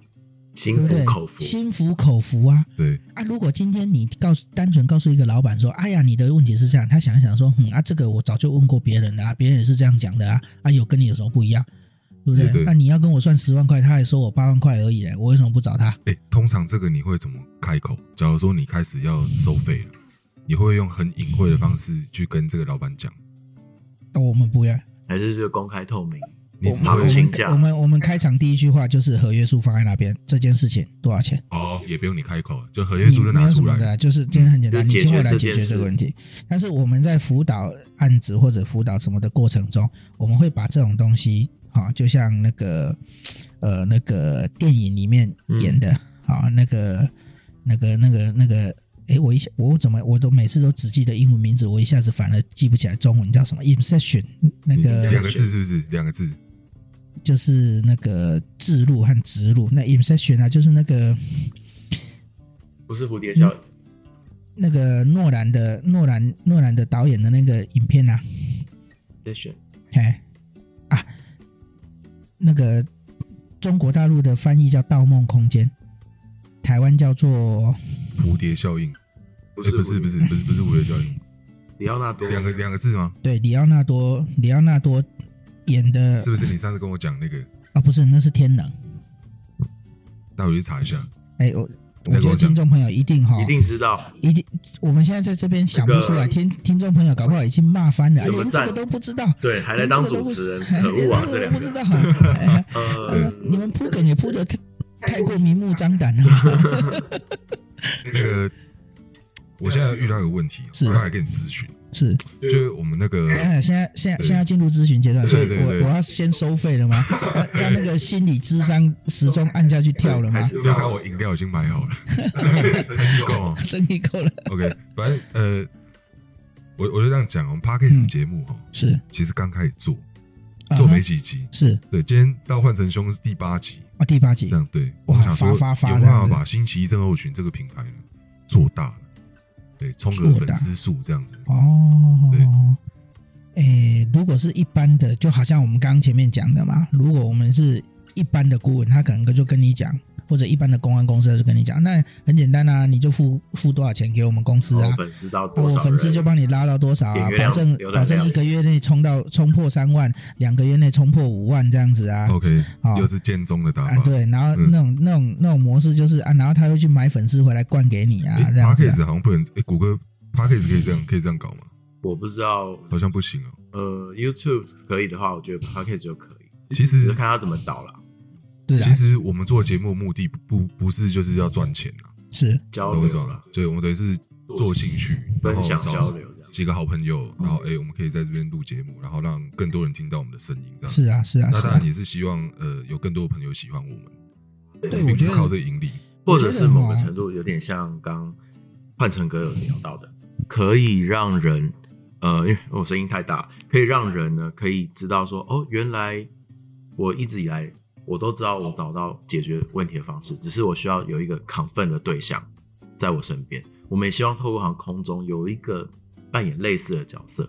C: 对
B: 心
C: 不
B: 服
C: 对
B: 口？服，
C: 心服口服啊！
A: 对，
C: 啊，如果今天你告诉单纯告诉一个老板说，哎呀，你的问题是这样，他想一想说，嗯啊，这个我早就问过别人了啊，别人也是这样讲的啊，啊，有跟你有什么不一样，对不对？
A: 对对
C: 那你要跟我算十万块，他还收我八万块而已嘞，我为什么不找他？
A: 哎、通常这个你会怎么开口？假如说你开始要收费了，你会用很隐晦的方式去跟这个老板讲，
C: 哦我们不要，
B: 还是就公开透明，
A: 你
C: 我
A: 只
C: 们我
A: 会
B: 行情
C: 们
B: 价
C: 我们我们开场第一句话就是合约书放在那边，这件事情多少钱？
A: 哦，也不用你开口，就合约
C: 你
A: 书就
C: 没
A: 拿
C: 有什
A: 出
C: 么
A: 来。
C: 的，啊就是今天很简单，
B: 就
C: 你
B: 解
C: 请
B: 决
C: 我来
B: 这
C: 解
B: 件
C: 决这个
B: 事
C: 问题。但是我们在辅导案子或者辅导什么的过程中，我们会把这种东西，好、就像啊那个呃那个电影里面演的，好、那个那个那个那个，诶，我一下我怎么我都每次都只记得英文名字，我一下子反而记不起来中文叫什么。Inception 那
A: 你两个
C: 个
A: 字是不是？两个字，
C: 就是那个置入和植入，那 Inception 啊，就是那个
B: 不是蝴蝶效
C: 嗯
B: 应，
C: 那个诺兰的诺兰诺兰的导演的那个影片啊，
B: 在选
C: 哎啊，那个中国大陆的翻译叫《盗梦空间》，台湾叫做
A: 蝴蝶效应，
B: 不
A: 哎
B: 是
A: 不是不
B: 是
A: 是不是不是蝴蝶啊效 应，
B: 里奥纳多
A: 两个两个字吗？
C: 对里奥纳多里奥纳多演的
A: 是不是你上次跟我讲那个？
C: 啊，不是，那是天能。
A: 那我去查一下。
C: 哎，我我
A: 再
C: 觉
A: 跟我讲
C: 得听众朋友一定哈，
B: 一定知道
C: 一定我们现在在这边想不出来，
B: 那个
C: 听听众朋友搞不好已经骂翻了，哎
B: 什么
C: 连这
B: 站
C: 个都不知道，
B: 对，还来
C: 连这
B: 当
C: 个都
B: 主
C: 不
B: 持人，
C: 哎
B: 可 恶啊！
C: 连
B: 这
C: 个
B: 两
C: 都不知
B: 个
C: 道， 哎
B: 呃，
C: 你们铺梗也铺的太过明目张胆 了。
A: 那个，我现在遇到一个问题，哦
C: 是
A: 我刚才跟你咨询，
C: 是，
A: 就是我们那个
C: 等下现在现在现在进入咨询阶段，所以
A: 对对
C: 我
A: 对
C: 我要先收费 了吗？要要那个心理智商时钟按下去跳了吗
B: 开？始
A: 要看我饮料已经买好了，啊 真够哦。
C: 生意够了，
A: OK，反正呃，我我就这样讲，我们 Parkes
C: 嗯
A: 节目哦，
C: 是
A: 其实刚开始做，
C: 啊
A: 做
C: 哈
A: 没几集，
C: 是
A: 对，今天到换成兄是第八集，
C: 啊，第八集
A: 这样对，我
C: 哇
A: 们想说有
C: 发发发
A: 没有
C: 这样
A: 办
C: 子
A: 法把星期一症候群这个品牌呢做大了，对，冲个
C: 做
A: 粉
C: 大
A: 丝数这样子，对
C: 哦，诶，如果是一般的，就好像我们刚刚前面讲的嘛，如果我们是一般的顾问，他可能就跟你讲，或者一般的公安公司他就跟你讲，那很简单啊，你就付付多少钱给我们公司
B: 然
C: 啊
B: 哦后，粉丝到
C: 那
B: 多
C: 我
B: 少
C: 粉丝就
B: 人？
C: 帮你拉到多少啊
B: 点阅，
C: 保
B: 量
C: 证
B: 浏览量
C: 保证一个月内冲到冲破三万，两个月内冲破五万这样子啊。
B: 哦
A: OK，
C: 好
A: 又是建中的打
C: 啊，
A: 法。
C: 对，然后
A: 嗯
C: 那种、那种那种模式就是啊，然后他会去买粉丝回来灌给你啊，这
A: p a
C: 样
A: c k
C: 子
A: e s
C: 啊、
A: 好像不能，哎，谷歌 p a c k e s 可以这样，可以这样搞吗？
B: 我不知道，
A: 好像不行哦。
B: 呃，YouTube 可以的话，我觉得 Podcast 就可以，
A: 其实
B: 只是看他怎么导了，
C: 对
A: 其
C: 啊，
A: 实我们做节目的目的不不不是就是要赚钱啊，
C: 是
B: 交
A: 懂我意思
B: 流
A: 吗
B: 了，？
A: 对，我们等于是做兴趣，
B: 分
A: 然后
B: 享
A: 找
B: 交流这样
A: 几个好朋友，然后
C: 嗯
A: 哎、诶我们可以在这边录节目，然后让更多人听到我们的声音，这样。
C: 是啊是啊
A: 那
C: 是
A: 当
C: 啊
A: 然，也是希望呃有更多的朋友喜欢我们，
C: 对，
A: 并
C: 我
A: 不
C: 觉
A: 是
C: 得
A: 靠这个盈利。
B: 或者是某
C: 我
B: 个
C: 觉得哈
B: 程度有点像刚换成哥有聊到的，可以让人呃，因为我声音太大，可以让人呢可以知道说，哦，原来我一直以来我都知道我找到解决问题的方式，只是我需要有一个亢奋的对象在我身边。我们也希望透过航空中有一个扮演类似的角色。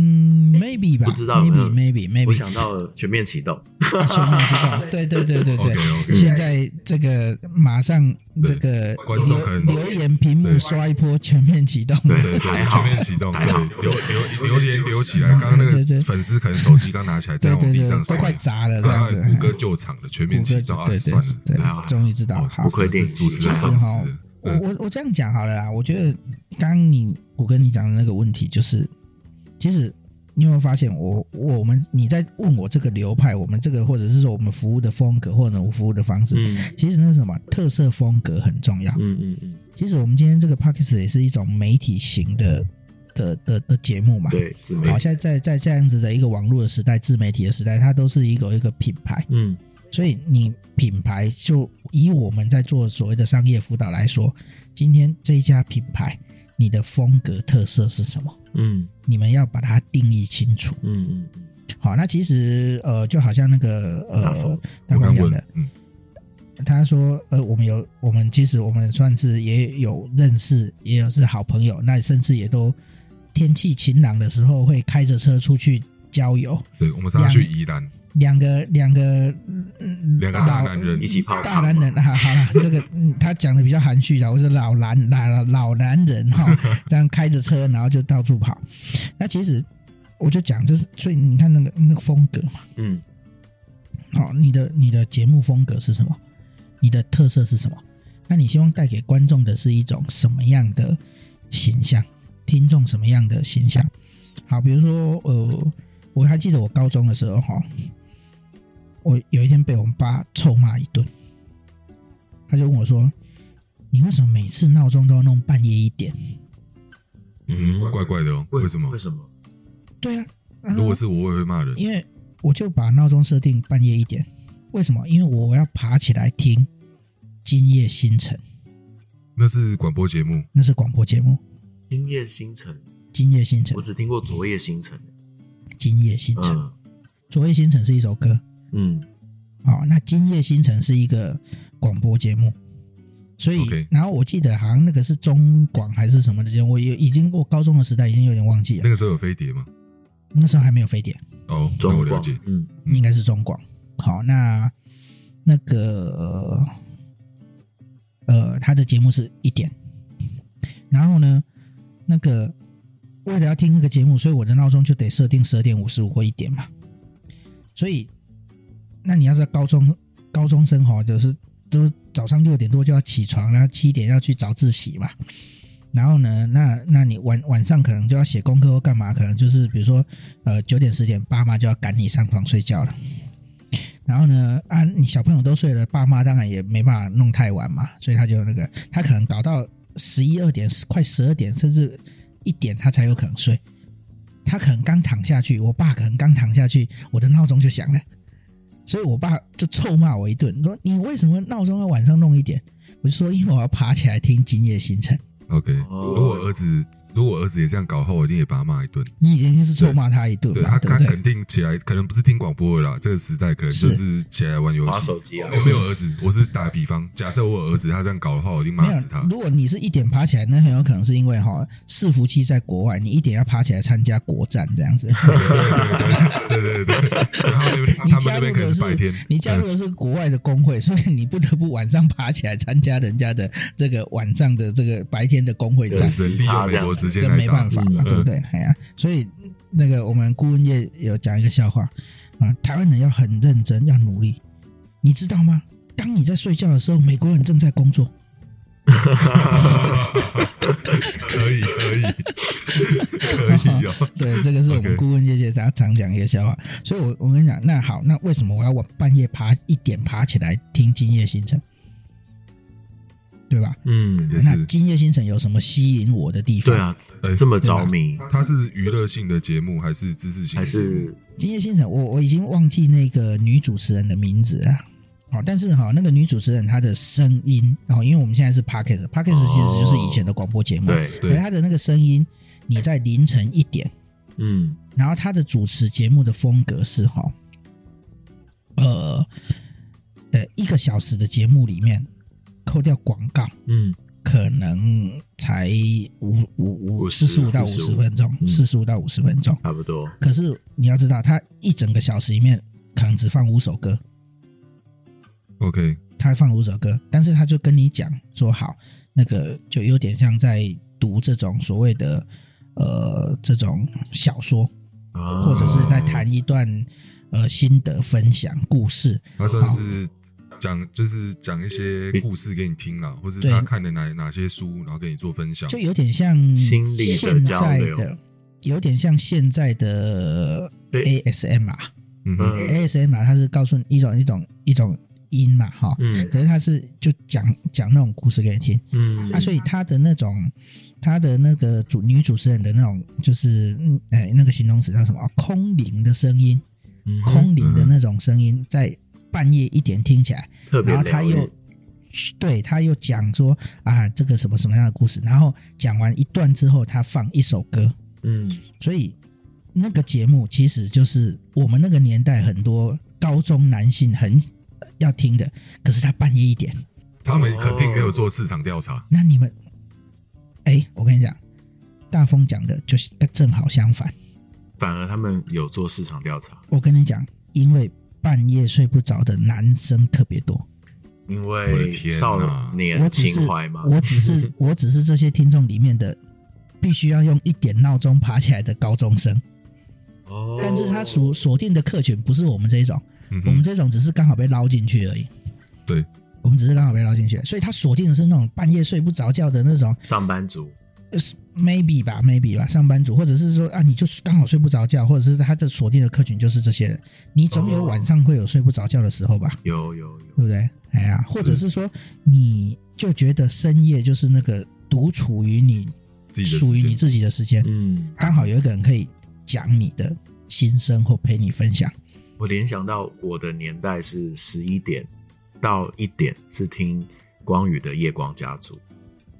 C: 嗯，maybe 吧，
B: 不知道有没有
C: maybe maybe maybe，
B: 我想到了全面启动，
C: 全面启动，对对对对
A: OK
C: 对。啊
A: OK，
C: 现在这个马上这个
A: 观众可能
C: 留留言屏幕
A: 对
C: 刷一波全面启动，
B: 对
A: 对
B: 还
A: 对，
B: 好
A: 全面启动，对
B: 还好，
A: 留留留言留起来。刚刚那
C: 对
A: 个
C: 对
A: 粉丝可能手机刚拿起来，这
C: 对
A: 样往
C: 对
A: 地
C: 对，
A: 上哎
C: 都
A: 摔，
C: 快砸了这
A: 刚
C: 样
A: 刚
C: 子。
A: 谷歌救场的全面
C: 谷
A: 启
C: 歌
A: 动，啊
C: 对，
A: 算了，
C: 对
A: 啊
C: 对，终于知道
A: 哦
C: 好
B: 不。愧电影
A: 主
B: 系
A: 持
C: 就
A: 人
C: 是
A: 上
C: 哈
A: 司，
C: 我
A: 嗯
C: 我我这样讲好了啦，我觉得刚刚你我跟你讲的那个问题就是，其实你有没有发现我我们你在问我这个流派，我们这个或者是说我们服务的风格或者我服务的方式，
B: 嗯
C: 其实那是什么特色风格很重要。
B: 嗯嗯嗯，
C: 其实我们今天这个 p o c k e t 也是一种媒体型的的的的节目嘛。。
B: 对，自媒
C: 好，
B: 体，
C: 现在在在这样子的一个网络的时代、自媒体的时代，它都是一个一个品牌，
B: 嗯，
C: 所以你品牌就以我们在做所谓的商业辅导来说，今天这一家品牌，你的风格特色是什么？
B: 嗯
C: 你们要把它定义清楚。
B: 嗯嗯嗯，
C: 好，那其实呃，就好像那个
B: 大
C: 呃
B: 风，
C: 大
A: 我刚
C: 光讲的
A: 问，，嗯，
C: 他说：“呃，我们有，我们其实我们算是也有认识，也有是好朋友，那甚至也都天气晴朗的时候会开着车出去郊游，
A: 对，我们上次去宜兰，
C: 两个两个嗯
A: 两个大
C: 老
A: 男人
B: 一起泡
C: 大
B: 汤
C: 男
B: 嘛
C: 人啊，好了，这个、嗯、 他讲的比较含蓄啦，我是老男老老男人哈、这样开着车然后就到处跑。那其实我就讲，这是所以你看那个那个风格嘛。”
B: 嗯，
C: 好，你的你的节目风格是什么？你的特色是什么？那你希望带给观众的是一种什么样的形象？听众什么样的形象？好，比如说，呃，我还记得我高中的时候，哈，我有一天被我们爸臭骂一顿，他就问我说：“你为什么每次闹钟都要弄半夜一点
A: 嗯，怪怪的哦，为什么
B: 为？什么？？”
C: 对啊，他
A: 如
C: 说
A: 果是我，我也会骂人。
C: 因为我就把闹钟设定半夜一点，为什么？因为我要爬起来听《今夜星辰》。
A: 那是广播节目，
C: 那是广播节目《
B: 今夜星辰，
C: 今夜星辰
B: 我》只听过昨夜星辰。
C: 《今夜星辰》
B: 嗯
C: 昨夜星辰》是一首歌，
B: 嗯，
C: 哦，那《今夜星辰》是一个广播节目，所以
A: OK
C: 然后我记得好像那个是中广还是什么的节目，我有已经我高中的时代已经有点忘记了
A: 那，个时候有飞碟吗？
C: 那时候还没有飞碟，
A: 哦，那
B: 中
A: 我了
B: 广
A: 解。，
B: 嗯，
A: 嗯
C: 应该是中广。好，那那个呃，他的节目是一点，然后呢，那个为了要听那个节目，所以我的闹钟就得设定十二点五十五或一点嘛。所以，那你要是高中高中生活，就是都是早上六点多就要起床，然后七点要去早自习嘛。然后呢，那那你晚晚上可能就要写功课或干嘛，可能就是比如说呃九点十点爸妈就要赶你上床睡觉了。然后呢，啊，你小朋友都睡了，爸妈当然也没办法弄太晚嘛，所以他就那个，他可能搞到十一二点，快十二点甚至一点，他才有可能睡。他可能刚躺下去，我爸可能刚躺下去，我的闹钟就响了，所以我爸就臭骂我一顿，说你为什么闹钟要晚上弄一点？我就说因为我要爬起来听《今夜星辰》。
A: OK，如
B: 哦
A: 果儿子如果儿子也这样搞的话，我一定也把他骂一顿。
C: 你已经是臭骂他一顿
A: 对
C: 嘛，
A: 他，
C: 对
A: 他
C: 不对
A: 肯？定起来，可能不是听广播的啦。这个时代可能就是是起来玩游
B: 划
A: 戏。
B: 手机啊
A: 我，没有儿子，我是打个比方，假设我有儿子，他这样搞的话，我一定
C: 没
A: 骂死他
C: 有，。如果你是一点爬起来，那很有可能是因为哈伺服器在国外，你一点要爬起来参加国战这样子。
A: 对对对对对，然后那边
C: 你
A: 他们
C: 加
A: 那
C: 入
A: 边可
C: 的
A: 能是白天，
C: 你加入的是国外的工会，所以你不得不晚上爬起来参加人家的这个晚上的这个白天的工会
A: 只
C: 战
B: 对，
A: 是利用美国时间
C: 这
A: 来
C: 没
A: 打
C: 办。法嘛，
B: 嗯
C: 对不对？哎呀，所以那个我们顾问业有讲一个笑话啊，台湾人要很认真，要努力，你知道吗？当你在睡觉的时候，美国人正在工作。
A: 可以可以可以哦，
C: 对，这个是我们
A: OK
C: 顾问业界常常讲一个笑话。所以我，我跟你讲，那好，那为什么我要晚半夜爬一点爬起来听《今夜星辰》，对吧？
B: 嗯，
A: 也
C: 那
A: 是
C: 《今夜星辰》有什么吸引我的地方？
B: 对，啊
A: 哎，
B: 这么着迷，
A: 它是娱乐性的节目还是知识性
B: 还
A: 的节目？
B: 是
C: 《今夜星辰》我我已经忘记那个女主持人的名字了。哦，但是哈，那个女主持人她的声音，哦，因为我们现在是 podcast，podcast 其实就是以前的广播
A: 嗯
C: 节目，，
B: 哦对，
A: 对
C: 她的那个声音，你在凌晨一点
B: 嗯，
C: 然后他的主持节目的风格是哈，呃呃，一个小时的节目里面，扣掉广告，
B: 嗯，
C: 可能才五五五
B: 50
C: 四十五到五十
B: 45
C: 分钟，
B: 嗯
C: 四十五到五十分钟。
B: 差不多，
C: 可是你要知道，他一整个小时里面可能只放五首歌，
A: OK，
C: 他放五首歌，但是他就跟你讲说好，那个就有点像在读这种所谓的呃这种小说，或
A: 啊
B: 或
C: 者是在谈一段呃心得分享故事。
A: 他算是讲就是讲一些故事给你听啦，或是
C: 对
A: 他看的哪哪些书，然后给你做分享
C: 就。有点像
B: 心理的
C: 现
B: 交
C: 在
B: 流
C: 的，有点像现在的
B: 对
C: ASM 啊
A: 嗯哼，
B: 嗯
C: ，ASM 啊，它是告诉你一种一种一种音嘛，哈。
B: 嗯
C: 可是它是就讲讲那种故事给你听，
B: 嗯
C: 啊，所以他的那种，他的那个主女主持人的那种，就是嗯，哎，那个形容词叫什么？哦空灵的声音，
B: 嗯
C: 空灵的那种声音，在半夜一点听起来，
B: 特别
C: 然后他
B: 疗愈
C: 又对他又讲说啊，这个什么什么样的故事，然后讲完一段之后，他放一首歌，
B: 嗯
C: 所以那个节目其实就是我们那个年代很多高中男性很要听的，可是他半夜一点，
A: 他们肯定没有做市场调查。
C: 那你们，哎，我跟你讲，大风讲的就是正好相反，
B: 反而他们有做市场调查，
C: 我跟你讲，因为半夜睡不着的男生特别多。
B: 因
A: 我的
B: 为
A: 天
B: 少
A: 哪
B: 年
C: 我只是
B: 情怀嘛，
C: 我只是我只是这些听众里面的，必须要用一点闹钟爬起来的高中生，
B: 哦
C: 但是他锁锁定的客群不是我们这一种，
A: 嗯
C: 我们
A: 哼，
C: 这种只是刚好被捞进去而已，
A: 对，
C: 我们只是刚好被捞进去，所以他锁定的是那种半夜睡不着觉的那种
B: 上班族，
C: 呃是，maybe 吧，maybe 吧，上班族，或者是说啊，你就是刚好睡不着觉，或者是他的锁定的客群就是这些人，你总有
B: 哦
C: 晚上会有睡不着觉的时候吧。
B: 有有有
C: 对，不对？哎呀，或者是说，你就觉得深夜就是那个独处于你
A: 自己的
C: 属
A: 时
C: 于你
A: 间。
C: 自己的时间，
B: 嗯，
C: 刚好有一个人可以讲你的心声或陪你分享。
B: 我联想到我的年代是十一点到一点是听光宇的《夜光家族》，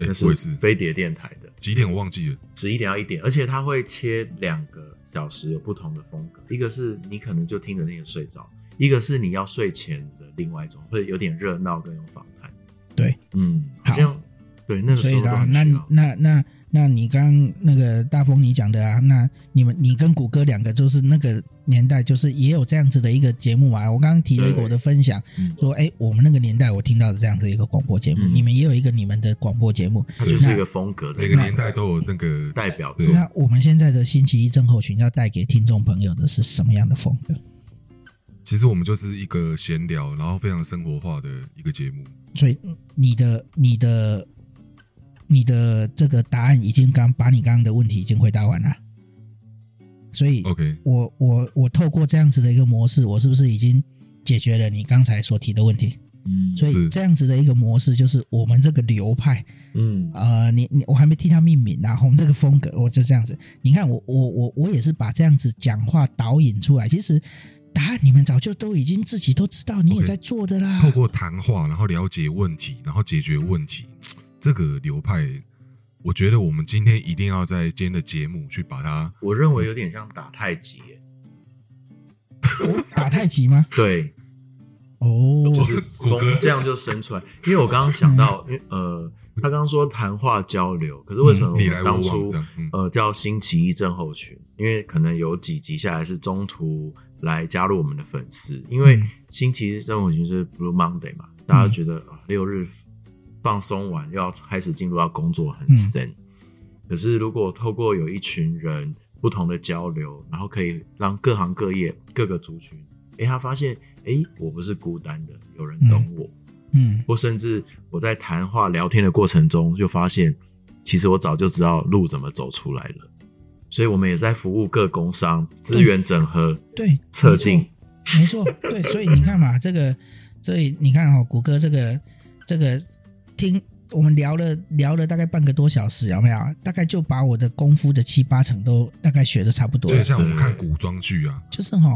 A: 哎、
B: 那
A: 我也
B: 是
A: 是
B: 飞碟电台的，
A: 几点我忘记了，
B: 十一点到一点，而且它会切两个小时，有不同的风格。一个是你可能就听着那个睡着，一个是你要睡前的另外一种，会有点热闹跟有访谈。
C: 对，
B: 嗯，好
C: 好
B: 像对那个
C: 所
B: 时
C: 以
B: 候都
C: 啦，
B: 很
C: 那
B: 需要。
C: 那那那你刚刚那个大风你讲的啊，那你们你跟谷歌两个就是那个年代，就是也有这样子的一个节目啊。我刚刚提了一个
B: 对
C: 我的分享，
B: 嗯
C: 说哎、我们那个年代我听到的这样子一个广播节目，
B: 嗯
C: 你们也有一个你们的广播节目。
B: 它就是一个风格的
A: 每个年代都有那个
B: 代表作
A: 对。
C: 那我们现在的星期一症候群要带给听众朋友的是什么样的风格？
A: 其实我们就是一个闲聊，然后非常生活化的一个节目。
C: 所以你的你的你的这个答案已经刚把你刚刚的问题已经回答完了，所以
A: OK，
C: 我我我透过这样子的一个模式，我是不是已经解决了你刚才所提的问题？
B: 嗯
C: 所以
A: 是
C: 这样子的一个模式，就是我们这个流派，
B: 嗯
C: 呃，你你我还没替它命名啊，我们这个风格，我就这样子。你看我我我我也是把这样子讲话导引出来，其实答案你们早就都已经自己都知道，你也
A: OK
C: 在做的 啦。
A: 透过谈话，然后了解问题，然后解决问题，这个流派，我觉得我们今天一定要在今天的节目去把它
B: 我认为有点像打太极耶，
C: 打太极吗？
B: 对，
C: 哦，
B: 就是
A: 谷歌
B: 风这样就生出来。因为我刚刚想到，因为呃，他刚刚说谈话交流，可是为什么我
A: 你来
B: 们
A: 我往
B: 哦当初
A: 这样。嗯，
B: 呃叫星期一症候群，因为可能有几集下来是中途来加入我们的粉丝，因为
C: 嗯
B: 星期一症候群是 Blue Monday 嘛，大家觉得、啊六日放松完又要开始进入到工作很
C: 嗯
B: 深，可是如果透过有一群人不同的交流，然后可以让各行各业各个族群，诶、他发现诶、我不是孤单的，有人懂我。
C: 嗯
B: 或甚至我在谈话聊天的过程中，就发现其实我早就知道路怎么走出来了。所以我们也在服务各工商资源整合、
C: 对，
B: 测进。
C: 没错，没错，对，所以你看嘛，这个，所以你看哦，谷歌这个这个听我们聊了聊了大概半个多小时，有没有？大概就把我的功夫的七八成都大概学的差不多
A: 就
C: 了
A: 很。像我们看
B: 对
A: 古装剧啊，
C: 就是哈、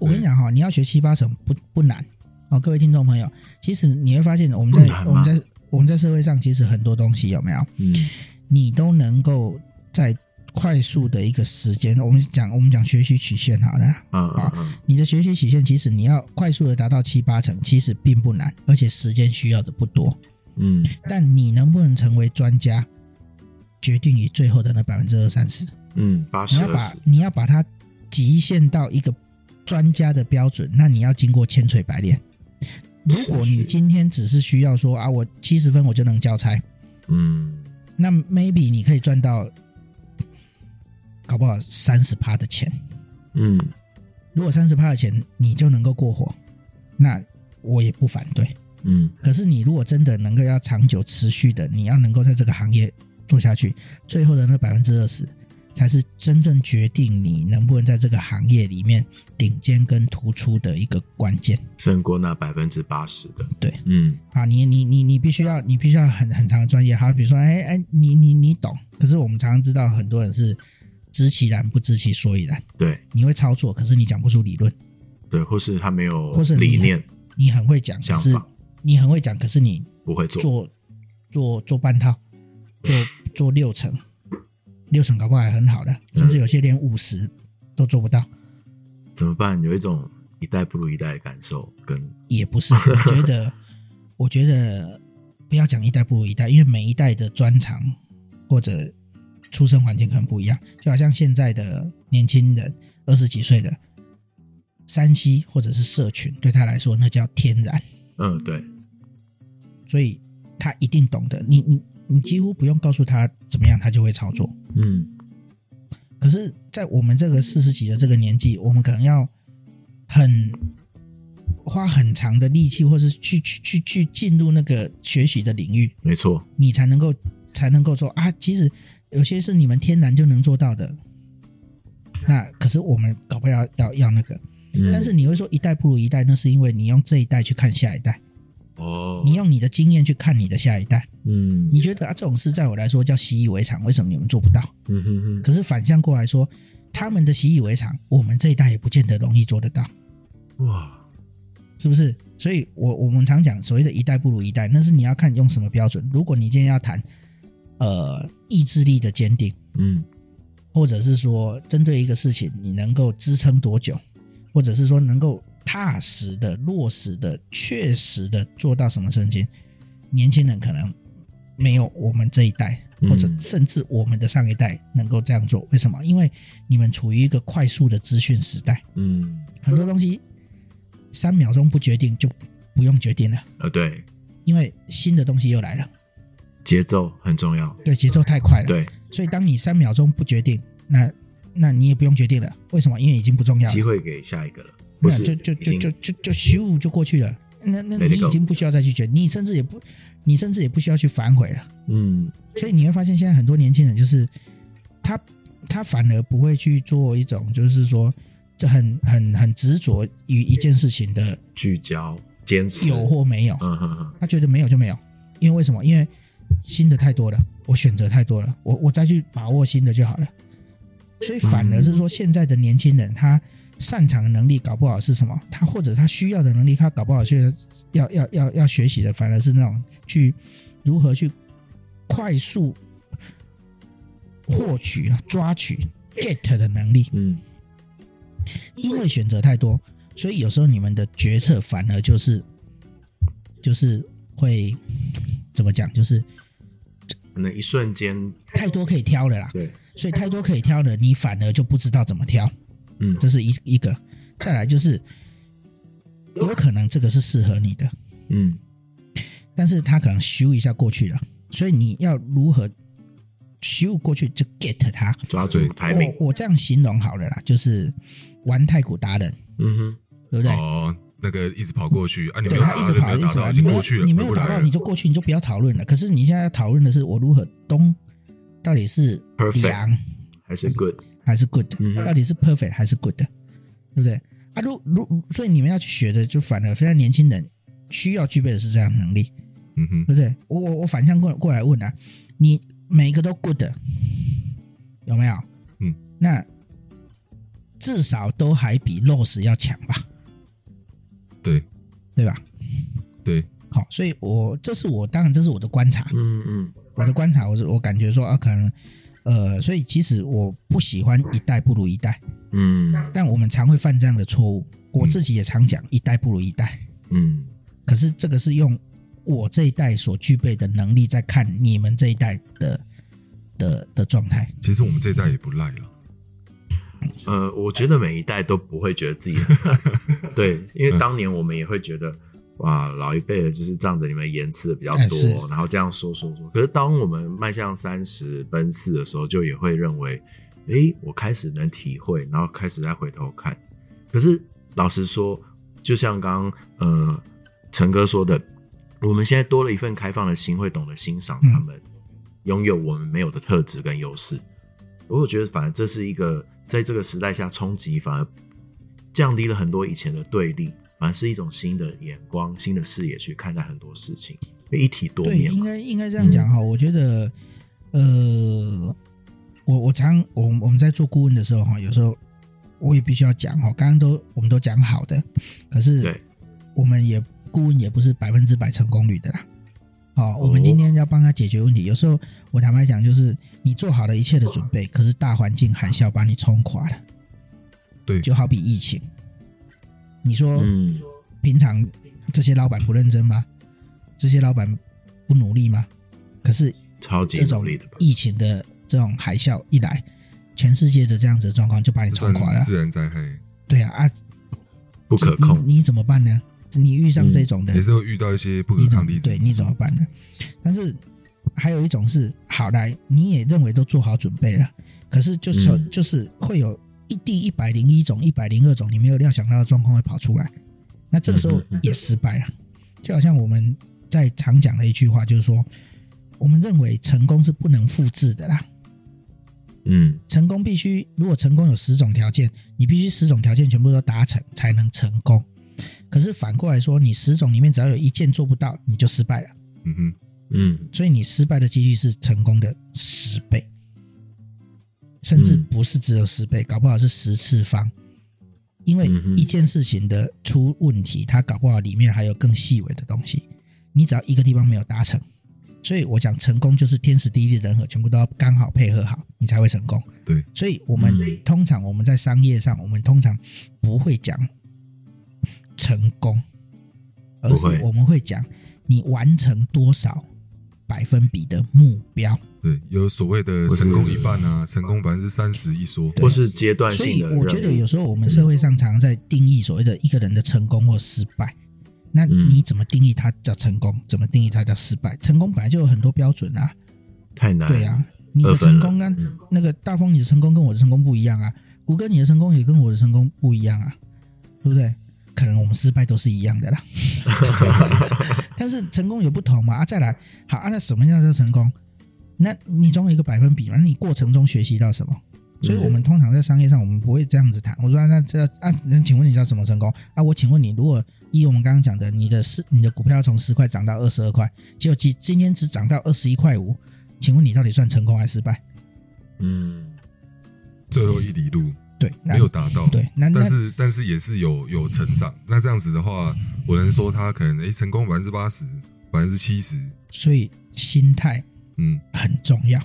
C: 我
B: 嗯
C: 跟你讲哈、你要学七八成不不难哦，各位听众朋友，其实你会发现我们在
B: 不难吗
C: 我们在我们在社会上，其实很多东西有没有？
B: 嗯，
C: 你都能够在快速的一个时间，我们讲我们讲学习曲线好了啦。
B: 嗯嗯
C: 好
B: 嗯，
C: 你的学习曲线，其实你要快速的达到七八成，其实并不难，而且时间需要的不多。
B: 嗯，
C: 但你能不能成为专家，决定于最后的那百分之二三十。
B: 嗯，八
C: 你
B: 十
C: 要
B: 二
C: 把
B: 十，
C: 你要把它极限到一个专家的标准，那你要经过千锤百炼。如果
B: 是
C: 你
B: 是
C: 今天只是需要说啊，我七十分我就能交差，
B: 嗯，
C: 那 maybe 你可以赚到，搞不好三十趴的钱。
B: 嗯
C: 如果三十趴的钱你就能够过活，那我也不反对。
B: 嗯
C: 可是你如果真的能够要长久持续的，你要能够在这个行业做下去，最后的那百分之二十才是真正决定你能不能在这个行业里面顶尖跟突出的一个关键
B: 胜过那百分之八十的，
C: 对，
B: 嗯
C: 啊！你你你你必须要你必须要很很长的专业，好，比如说哎哎，你你你懂，可是我们常常知道很多人是知其然不知其所以然，
B: 对
C: 你会操作，可是你讲不出理论。
B: 对，或是他没有
C: 或是你
B: 理念，
C: 你很会讲，可
B: 想
C: 是
B: 法
C: 你很会讲，可是你
B: 不会做，
C: 做做做半套，做做六成，六成搞不好还很好的，甚至有些连五十都做不到，
B: 怎么办？有一种一代不如一代的感受，跟
C: 也不是。我觉得，我觉得不要讲一代不如一代，因为每一代的专长或者出生环境可能不一样，就好像现在的年轻人二十几岁的。山西或者是社群，对他来说那叫天然。
B: 嗯对，
C: 所以他一定懂得。你你你几乎不用告诉他怎么样，他就会操作。
B: 嗯
C: 可是，在我们这个四十几的这个年纪，我们可能要很花很长的力气，或是去去去去进入那个学习的领域，
B: 没错，
C: 你才能够才能够说啊，其实有些是你们天然就能做到的。那可是我们搞不好要要要那个，
B: 嗯
C: 但是你会说一代不如一代，那是因为你用这一代去看下一代，
B: 哦，
C: 你用你的经验去看你的下一代。
B: 嗯
C: 你觉得啊，这种事在我来说叫习以为常，为什么你们做不到？
B: 嗯哼哼，
C: 可是反向过来说，他们的习以为常，我们这一代也不见得容易做得到，
B: 哇，
C: 是不是？所以我，我们常讲所谓的一代不如一代，那是你要看用什么标准。如果你今天要谈呃意志力的坚定，
B: 嗯
C: 或者是说针对一个事情你能够支撑多久，或者是说能够踏实的、落实的、确实的做到什么事情，年轻人可能没有我们这一代，或者
B: 嗯
C: 甚至我们的上一代能够这样做。为什么？因为你们处于一个快速的资讯时代，
B: 嗯，
C: 很多东西三秒钟不决定就不用决定了，
B: 呃，对，
C: 因为新的东西又来了，
B: 节奏很重要，
C: 对，节奏太快了。
B: 对，
C: 所以当你三秒钟不决定，那那你也不用决定了。为什么？因为已经不重要
B: 机
C: 了，
B: 会给下一个了，不
C: 那
B: 是
C: 就就
B: 已
C: 就
B: 经
C: 就就就咻就过去了。那那
B: Let it
C: 你已
B: go
C: 经不需要再去决定，你甚至也不你甚至也不需要去反悔了。
B: 嗯
C: 所以你会发现，现在很多年轻人就是他他反而不会去做一种就是说这很很很执着于一件事情的
B: 聚焦坚持，
C: 有或没有，
B: 嗯哼哼，
C: 他觉得没有就没有，因为为什么？因为新的太多了，我选择太多了，我我再去把握新的就好了。所以反而是说，现在的年轻人他擅长的能力搞不好是什么？他或者他需要的能力，他搞不好是要要要要学习的，反而是那种去如何去快速获取啊、抓取 get 的能力。
B: 嗯
C: 因为选择太多，所以有时候你们的决策反而就是就是会怎么讲，就是
B: 可能一瞬间，
C: 太多可以挑了啦。
B: 对，
C: 所以太多可以挑了，你反而就不知道怎么挑，
B: 嗯
C: 这是一一个。再来就是，有可能这个是适合你的，
B: 嗯
C: 但是他可能咻一下过去了，所以你要如何咻过去就 get 他？
B: 抓住
A: 对
B: timing，
C: 哦我我这样形容好了啦，就是玩太古达人，
B: 嗯哼，
C: 对不对？
A: 哦，那个一直跑过去啊，你没
C: 对
A: 有
C: 他
A: 打到就没有
C: 一直跑，一
A: 打
C: 直
A: 到，
C: 跑，
A: 已
C: 你
A: 经
C: 没
A: 过
C: 有
A: 去了，
C: 你没
A: 回
C: 有
A: 不
C: 打
A: 来
C: 到
A: 了
C: 你。就过去，你就不要讨论了。可是你现在要讨论的是我如何东，到底是
B: Perfect
C: 良
B: 还是 good，
C: 还是 good，、
B: 嗯哼
C: 到底是 perfect 还是 good，对不对？啊，如如所以你们要去学的，就反而现在年轻人需要具备的是这样的能力，
A: 嗯哼
C: 对，不对？我我我反向过过来问啊，你每一个都 good，有没有？
A: 嗯，
C: 那至少都还比 loss 要强吧，
A: 对
C: 对吧？
A: 对，
C: 好，所以我这是我当然这是我的观察，
B: 嗯嗯
C: 我的观察，我是我感觉说啊，可能呃，所以其实我不喜欢一代不如一代，
B: 嗯
C: 但我们常会犯这样的错误。我自己也常讲一代不如一代，
B: 嗯，
C: 可是这个是用我这一代所具备的能力在看你们这一代的的的状态。
A: 其实我们这一代也不赖了，
B: 呃，我觉得每一代都不会觉得自己 很烂对，因为当年我们也会觉得。哇，老一辈的就是仗着你们言辞的比较
C: 哎
B: 多，
C: 是
B: 然后这样说说说。可是当我们迈向三十奔四的时候，就也会认为，诶，我开始能体会，然后开始再回头看。可是老实说，就像刚刚呃陈哥说的，我们现在多了一份开放的心，会懂得欣赏他们
C: 嗯
B: 拥有我们没有的特质跟优势。我觉得，反正这是一个在这个时代下冲击，反而降低了很多以前的对立，反而是一种新的眼光、新的视野去看待很多事情，因为一体多
C: 对，
B: 面
C: 应
B: 嘛。
C: 该应该这样讲哈、我觉得呃，我我常我我们在做顾问的时候哈，有时候我也必须要讲哈，刚刚都我们都讲好的，可是
B: 对，
C: 我们也顾问也不是百分之百成功率的啦。好、我们
B: 哦
C: 今天要帮他解决问题。有时候我坦白讲，就是你做好了一切的准
B: 哦
C: 备，可是大环境海啸把你冲垮了，
A: 对
C: 就好比疫情。你说
B: 嗯，
C: 平常这些老板不认真吗？这些老板不努力吗？可是
B: 超级
C: 这
B: 努
C: 种
B: 力的吧。
C: 疫情的这种海啸一来，全世界的这样子的状况就把你
A: 这
C: 冲
A: 算
C: 垮了。
A: 自然灾害，
C: 对啊啊，
B: 不可控。嗯
C: 你你怎么办呢？你遇上这种的，
A: 也是会遇到一些不
C: 你
A: 可
C: 怎
A: 抗
C: 么
A: 力。
C: 嗯对，你怎么办呢？但是还有一种是，好来，你也认为都做好准备了，可是就是、
B: 嗯
C: 就是会有一第一百零一种、一百零二种你没有料想到的状况会跑出来，那这个时候
B: 嗯嗯嗯
C: 也失败了。就好像我们在常讲的一句话，就是说，我们认为成功是不能复制的啦。
B: 嗯
C: 成功必须，如果成功有十种条件，你必须十种条件全部都达成才能成功。可是反过来说，你十种里面只要有一件做不到，你就失败了。
A: 嗯哼，
B: 嗯
C: 所以你失败的几率是成功的十倍，甚
B: 嗯
C: 至不是只有十倍，搞不好是十次方。因为
B: 嗯哼
C: 一件事情的出问题，它搞不好里面还有更细微的东西。你只要一个地方没有达成，所以我讲成功就是天时地利人和，全部都要刚好配合好，你才会成功。
A: 对，
C: 所以我们
B: 嗯
C: 通常我们在商业上，我们通常不会讲成功，而
B: 不会
C: 是我们会讲你完成多少百分比的目标。
A: 对，有所谓的
B: 或是
A: 成功一半啊，成功百分之三十一说，
B: 或是阶段
C: 所
B: 性
C: 以
B: 的任务。
C: 我觉得有时候我们社会上常在定义所谓的一个人的成功或失败，那
B: 嗯
C: 你怎么定义他叫成功？怎么定义他叫失败？成功本来就有很多标准啊，
B: 太难，
C: 对啊，你的
B: 哎二分
C: 成
B: 了嗯
C: 功跟那个大风你的成功跟我的成功不一样啊，谷歌你的成功也跟我的成功不一样啊，对不对？可能我们失败都是一样 的啦，但是成功有不同嘛啊，再来好啊，那什么样叫成功？那你总有一个百分比嘛，那你过程中学习到什么？
A: 嗯
C: 所以我们通常在商业上，我们不会这样子谈。我说、啊那这啊，那请问你叫什么成功啊？我请问你，如果依我们刚刚讲的，你的市你的股票从十块涨到二十二块，结果今今天只涨到二十一块五，请问你到底算成功还是失败？
B: 嗯，
A: 最后一里路
C: 对，那
A: 没有达到，
C: 对，那那
A: 但是但是也是有有成长。那这样子的话，我能说他可能诶、成功百分之八十、百分之七十，
C: 所以心态
A: 嗯，
C: 很重要。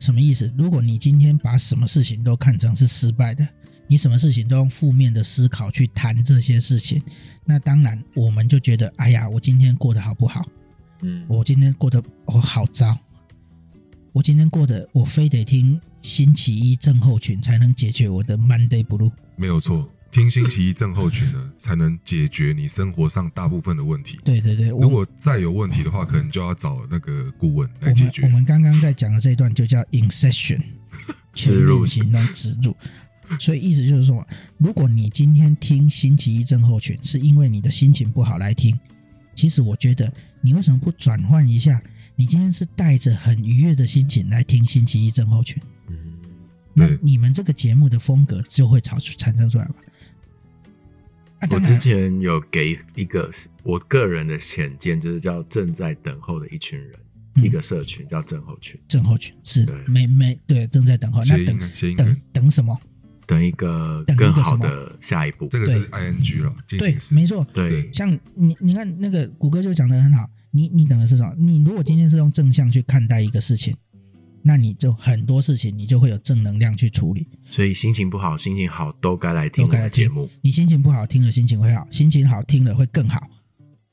C: 什么意思？如果你今天把什么事情都看成是失败的，你什么事情都用负面的思考去谈这些事情，那当然我们就觉得，哎呀，我今天过得好不好？
B: 嗯
C: 我今天过得我、好糟，我今天过得我非得听星期一症候群才能解决我的 Monday Blue。
A: 没有错。听星期一症候群呢，才能解决你生活上大部分的问题。
C: 对对对，我
A: 如果再有问题的话，可能就要找那个顾问
C: 我
A: 来解
C: 们
A: 决
C: 哦我。们刚刚在讲的这一段就叫 inception，
B: 植
C: 全
B: 入
C: 面行动植入。所以意思就是说，如果你今天听星期一症候群是因为你的心情不好来听，其实我觉得你为什么不转换一下？你今天是带着很愉悦的心情来听星期一症候群，
B: 嗯
C: 那
A: 对
C: 你们这个节目的风格就会产出产生出来吧？啊，
B: 我
C: 当
B: 之
C: 然，
B: 前有给一个我个人的浅见，就是叫正在等候的一群人，
C: 嗯
B: 一个社群叫症候群，
C: 症候群是
B: 对
C: 没没对，正在等候。哦那
A: 谐音
C: 等
A: 梗谐音啊
C: 等
A: 梗，
C: 等什么？
B: 等一个
C: 等一个
B: 更好
C: 什么
B: 的下一步。
A: 这个是
C: 对
A: ing 了，进
C: 对
A: 行，时。
C: 没错，
B: 对，
C: 像你，你看那个谷歌就讲的很好，你你等的是什么？你如果今天是用正向去看待一个事情，那你就很多事情你就会有正能量去处理。
B: 所以心情不好、心情好都该来听
C: 都
B: 我
C: 该来
B: 的节
C: 听
B: 目，
C: 你心情不好听了心情会好，心情好听了会更好。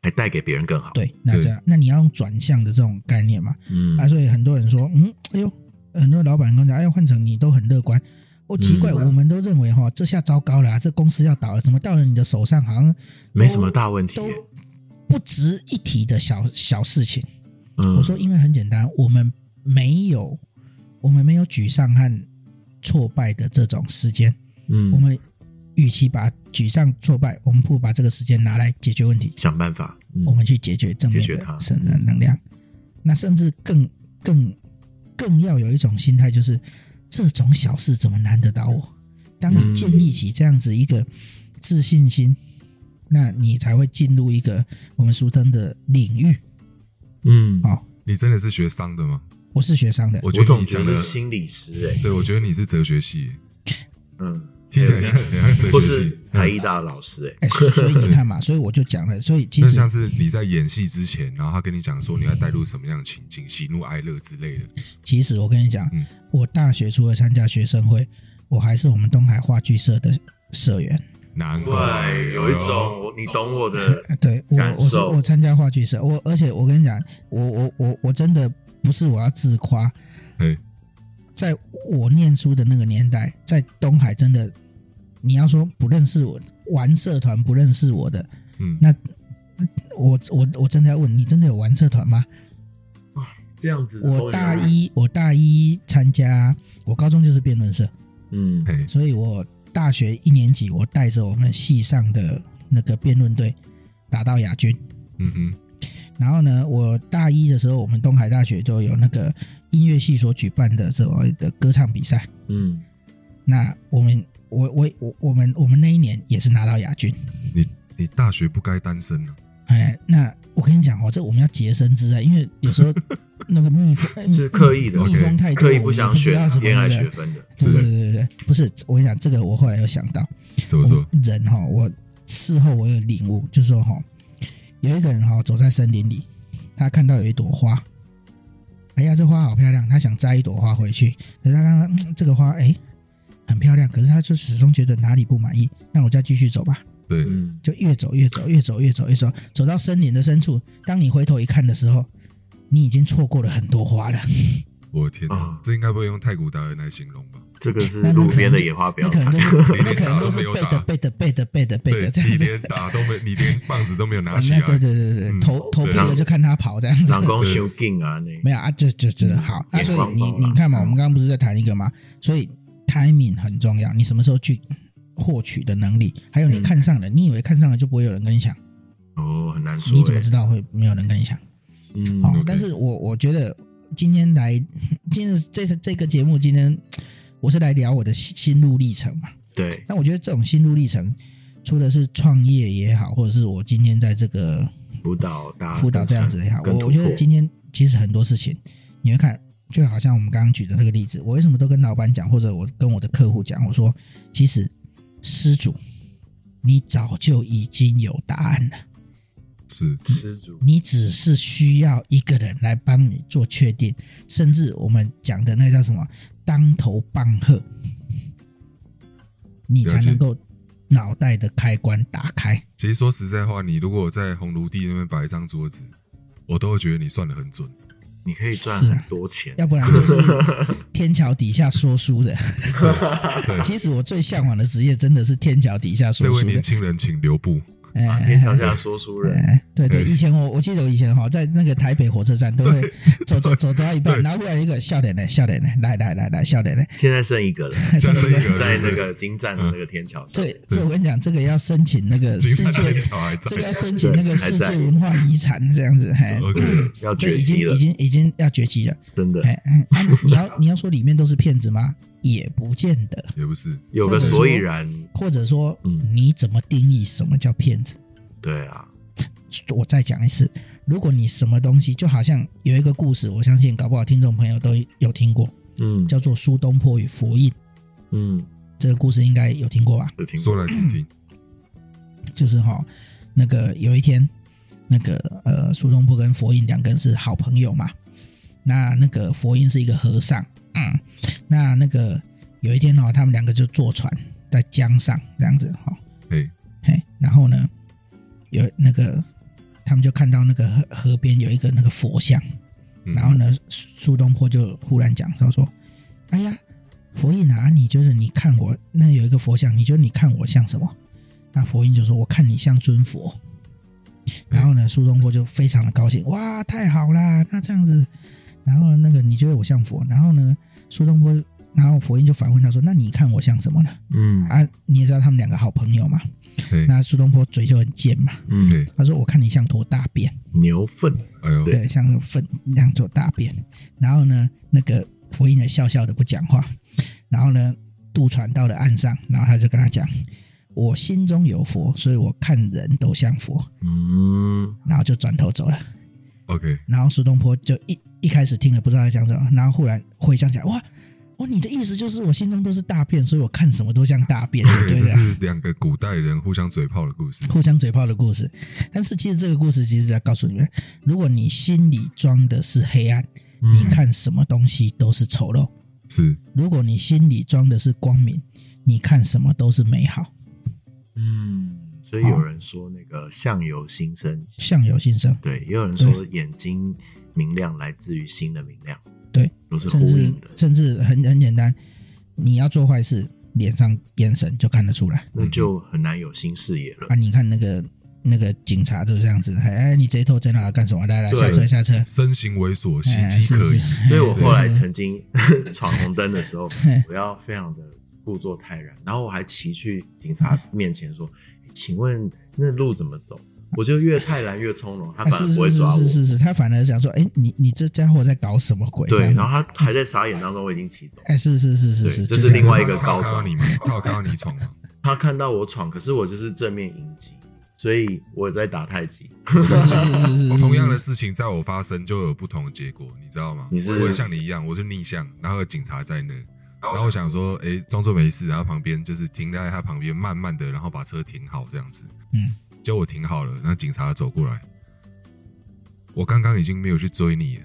B: 还带给别人更好。，
C: 对，那
A: 对
C: 这样，那你要用转向的这种概念嘛？
B: 嗯，
C: 啊，所以很多人说，嗯，哎呦，很多老板跟我讲，哎呦，换成你都很乐观。哦，奇怪，
B: 嗯
C: 我们都认为哈，这下糟糕了啊、这公司要倒了，怎么到了你的手上好像
B: 没什么大问题
C: 都
B: 耶。
C: 不值一提的小小事情？
B: 嗯，
C: 我说，因为很简单，我们没有，我们没有沮丧和挫败的这种时间。
B: 嗯，
C: 我们与其把沮丧、挫败，我们不如把这个时间拿来解决问题，
B: 想办法。嗯
C: 我们去解决正面
B: 解决
C: 的
B: 它
C: 生能量。那甚至更更更要有一种心态，就是这种小事怎么难得到我？当你
B: 嗯
C: 建立起这样子一个自信心，那你才会进入一个我们俗称的领域。
B: 嗯，
C: 哦，
A: 你真的是学商的吗？
C: 我是学商的，
A: 我觉
B: 我
A: 得你
B: 总觉
A: 讲
B: 得
A: 的
B: 是，心理师哎，
A: 对我觉得你是哲学系，
B: 嗯，
A: 听起来像很像哲
B: 或
A: 学
B: 是
A: 系，嗯
B: 台艺大的老师哎，
C: 哎，所所以你看嘛，所以我就讲了，所以其
A: 那
C: 实
A: 像是你在演戏之前，然后他跟你讲说你要带入什么样的情境，喜怒哀乐之类的。
C: 其实我跟你讲，
A: 嗯
C: 我大学除了参加学生会，我还是我们东海话剧社的社员。
A: 难怪哦
B: 对，有一种我你懂我 的，
C: 呃对我，
B: 感
C: 我是
B: 受
C: 我参加话剧社，我而且我跟你讲，我我我我真的不是我要自夸，
A: 哎
C: 在我念书的那个年代，在东海真的，你要说不认识我，玩社团不认识我的，
A: 嗯，
C: 那我我我真的要问你，真的有玩社团吗？
B: 这样子。
C: 我大，一，我大一参加，我高中就是辩论社，
B: 嗯
A: 嘿，
C: 所以我大学一年级，我带着我们系上的那个辩论队打到亚军。
A: 嗯哼，
C: 然后呢，我大一的时候，我们东海大学就有那个音乐系所举办的所谓的歌唱比赛。
B: 嗯，
C: 那我们，我我我我们我们那一年也是拿到亚军。
A: 你你大学不该单身啊，
C: 哎，那我跟你讲哦，这我们要洁身之爱，因为有时候那个蜜 蜂
B: 是刻意的
C: 蜜蜂嗯太多，
B: 刻意
C: 我
B: 不
C: 们
B: 想
C: 也知
B: 选
C: 道什么
B: 恋爱
C: 对不
B: 学
C: 对
B: 分的，
A: 是的
C: 嗯对对对对，不是我跟你讲，这个我后来有想到，
A: 怎么说
C: 我？人哈，我事后我有领悟，就是说哈，有一个人哈走在森林里，他看到有一朵花，哎呀，这花好漂亮，他想摘一朵花回去，可是他刚刚、嗯这个花哎很漂亮，可是他就始终觉得哪里不满意，那我再继续走吧，
A: 对，
B: 嗯，
C: 就越走越走，越走越走越走，走到森林的深处，当你回头一看的时候，你已经错过了很多花了，
A: 我的天哪
B: 啊，
A: 这应该不会用太古达人来形容吧？
B: 这个是
C: 那那
B: 路
C: 可能
B: 边的
C: 就
B: 野花比
C: 那
B: 较
C: 可能
B: 惨
C: 都，是那可能都是
A: 连
C: 背
A: 打
C: 的
A: 都
C: 背的背的背的背
A: 对
C: 的这，样
A: 你
C: 子。
A: 连打都没， 你连棒子都没有拿起
C: 那
A: 来，
C: 对对对对，
A: 嗯
C: 头头
A: 对
C: 部的就看他跑这样子
B: 让。公修劲啊，那
C: 没有啊，就就就
B: 嗯
C: 好。那
B: 眼
C: 所以
B: 光
C: 你
B: 光
C: 你
B: 啦
C: 看嘛，
B: 嗯
C: 我们刚刚不是在谈一个嘛，所以 timing 很重要，你什么时候去获取的能力，还有你
B: 嗯
C: 看上了，你以为看上了就不会有人跟你抢，
B: 哦很难说
C: 你怎么
B: 欸
C: 知道会没有人跟你抢？
B: 嗯
C: 哦
A: OK，
C: 但是我我觉得今天来，今天这这个节目，今天我是来聊我的心心路历程嘛。
B: 对，
C: 那我觉得这种心路历程，除了是创业也好，或者是我今天在这个
B: 辅导大
A: 啊
B: 家
C: 辅导
B: 更
C: 这样
B: 成
C: 子也好，
B: 更
C: 我
B: 突
C: 我觉得
B: 破
C: 今天其实很多事情，你会看，就好像我们刚刚举的那个例子，我为什么都跟老板讲，或者我跟我的客户讲，我说其实施主，你早就已经有答案了，
A: 是
B: 失足，
C: 你只是需要一个人来帮你做确定，甚至我们讲的那叫什么当头棒喝，你才
A: 了解
C: 能够脑袋的开关打开。
A: 其实说实在话，你如果在红炉地那边摆一张桌子，我都会觉得你算的很 准。
B: 你可以赚
C: 是啊
B: 很多钱，
C: 要不然就是 天桥底下说书的。
A: 对，
C: 其实我最向往的职业真的是天桥底下说
A: 这位
C: 书
A: 年
C: 的，
A: 轻人请留步。
B: 啊
C: 哎
B: 天桥下说书人，
C: 哎对对，
A: 对
C: 以前我我记得我以前哈，在那个台北火车站都 会走走走走到一半，
A: 对
C: 然后忽然一个笑脸嘞，笑脸嘞，来来来来，笑脸嘞，
B: 现在剩一 个了，
C: 笑
A: 剩一
C: 脸嘞。
A: 个
B: 在
A: 就是
B: 那个金站的那个天桥上
C: 这，这我跟你讲，这个要申请那 个世
A: 金
C: 界
A: 山，桥还在
C: 这个要申请那
B: 对
C: 个
B: 还
C: 世
B: 在
C: 界文化遗产这样子，嘿，
A: ，OK，
B: 嗯要
C: 这
B: 绝
C: 嗯已
B: 迹
C: 经
B: 了
C: 已，经已经要绝 迹了，
B: 真的
C: 哎，哎啊你要你要说里面都是骗子吗？也不见得，
A: 也不是，
B: 有个所以然，
C: 或者说
B: 嗯
C: 你怎么定义什么叫骗子？
B: 对啊，
C: 我再讲一次，如果你什么东西，就好像有一个故事，我相信搞不好听众朋友都有听过，
B: 嗯
C: 叫做苏东坡与佛印。
B: 嗯，
C: 这个故事应该有听过吧？
B: 有听
A: 说
B: 过
A: 来听听。
C: 就是哈、那个有一天，那个呃，苏东坡跟佛印两个人是好朋友嘛。那那个佛印是一个和尚，嗯，那那个有一天哦，他们两个就坐船在江上这样子哈、
A: 哎，
C: 嘿，然后呢，有那个他们就看到那个河河边有一个那个佛像，
A: 嗯
C: 然后呢，苏苏东坡就忽然讲，他说：“哎呀，佛印啊，你觉得你看我那有一个佛像，你觉得你看我像什么？”那佛印就说：“我看你像尊佛。”然后呢，苏东坡就非常的高兴，哇，太好啦！那这样子，然后那个你觉得我像佛，然后呢，苏东坡，然后佛印就反问他说：“那你看我像什么呢？”
B: 嗯
C: 啊，你也知道他们两个好朋友嘛，
A: 嘿
C: 那苏东坡嘴就很贱嘛，
B: 嗯，
A: 嘿，
C: 他说：“我看你像坨大便。”
B: 牛粪，
A: 哎呦，
C: 对，像粪两座大便。然后呢，那个佛印呢笑笑的不讲话。然后呢，渡船到了岸上，然后他就跟他讲：“我心中有佛，所以我看人都像佛。
B: 嗯”
C: 然后就转头走了。
A: ，OK，
C: 然后苏东坡就一一开始听了不知道在讲什么，然后忽然回想起来，哇！哦，你的意思就是我心中都是大便，所以我看什么都像大便，
A: 对，
C: 对不
A: 这
C: 对？
A: 是两个古代人互相嘴炮的故事。
C: 互相嘴炮的故事。但是其实这个故事其实在告诉你们，如果你心里装的是黑暗，
B: 嗯
C: 你看什么东西都是丑陋；
A: 是，
C: 如果你心里装的是光明，你看什么都是美好。
B: 嗯，所以有人说那个相由心生，
C: 相由心生，
B: 对，也有人说眼睛明亮来自于心的明亮，
C: 对，
B: 都是
C: 甚
B: 呼
C: 至
B: 应的。
C: 甚至很很简单，你要做坏事，脸上眼神就看得出来
B: 那就很难有新视野了
C: 啊！。你看那个那个警察都是这样子，哎，哎你贼头贼脑干什么？来来，
B: 对
C: 下车下车。
A: 身形猥琐，
C: 哎
A: 袭击
C: 是
A: 可疑
C: 是。
B: 所以我后来
C: 对
B: 曾经 闯红灯的时 候，我要非常的故作泰然，然后我还骑去警察面前说：“
C: 嗯
B: 哎请问那路怎么走？”我就越泰然越从容，他
C: 啊
B: 反而
C: 是
B: 不会
C: 是是
B: 抓我
C: 是。是是，他反而想说，哎，你你这家伙在搞什么鬼？这
B: 对，
C: 样子
B: 然后他还在傻眼当中，我已经骑走。
C: 哎，是是是是
B: 对
C: 是，
B: 这
C: 就是
B: 另外一个
A: 他有
B: 高
A: 看到
B: 招
A: 你吗？他有看到你闯吗？
B: 他看到我闯，可是我就是正面迎击，所以我也在打 太极。
C: 这样是是是 是
A: 我
C: 是，
A: 同样的事情在我发生就有不同的结果，你知道吗？
B: 你是
A: 我也像你一样，我是逆向，然后警察在那，然后我想说，哎、装作没事，然后旁边就是停在他旁边，慢慢的，然后把车停好这样子。
C: 嗯，
A: 结果我停好了，然后警察走过来，我刚刚已经没有去追你了，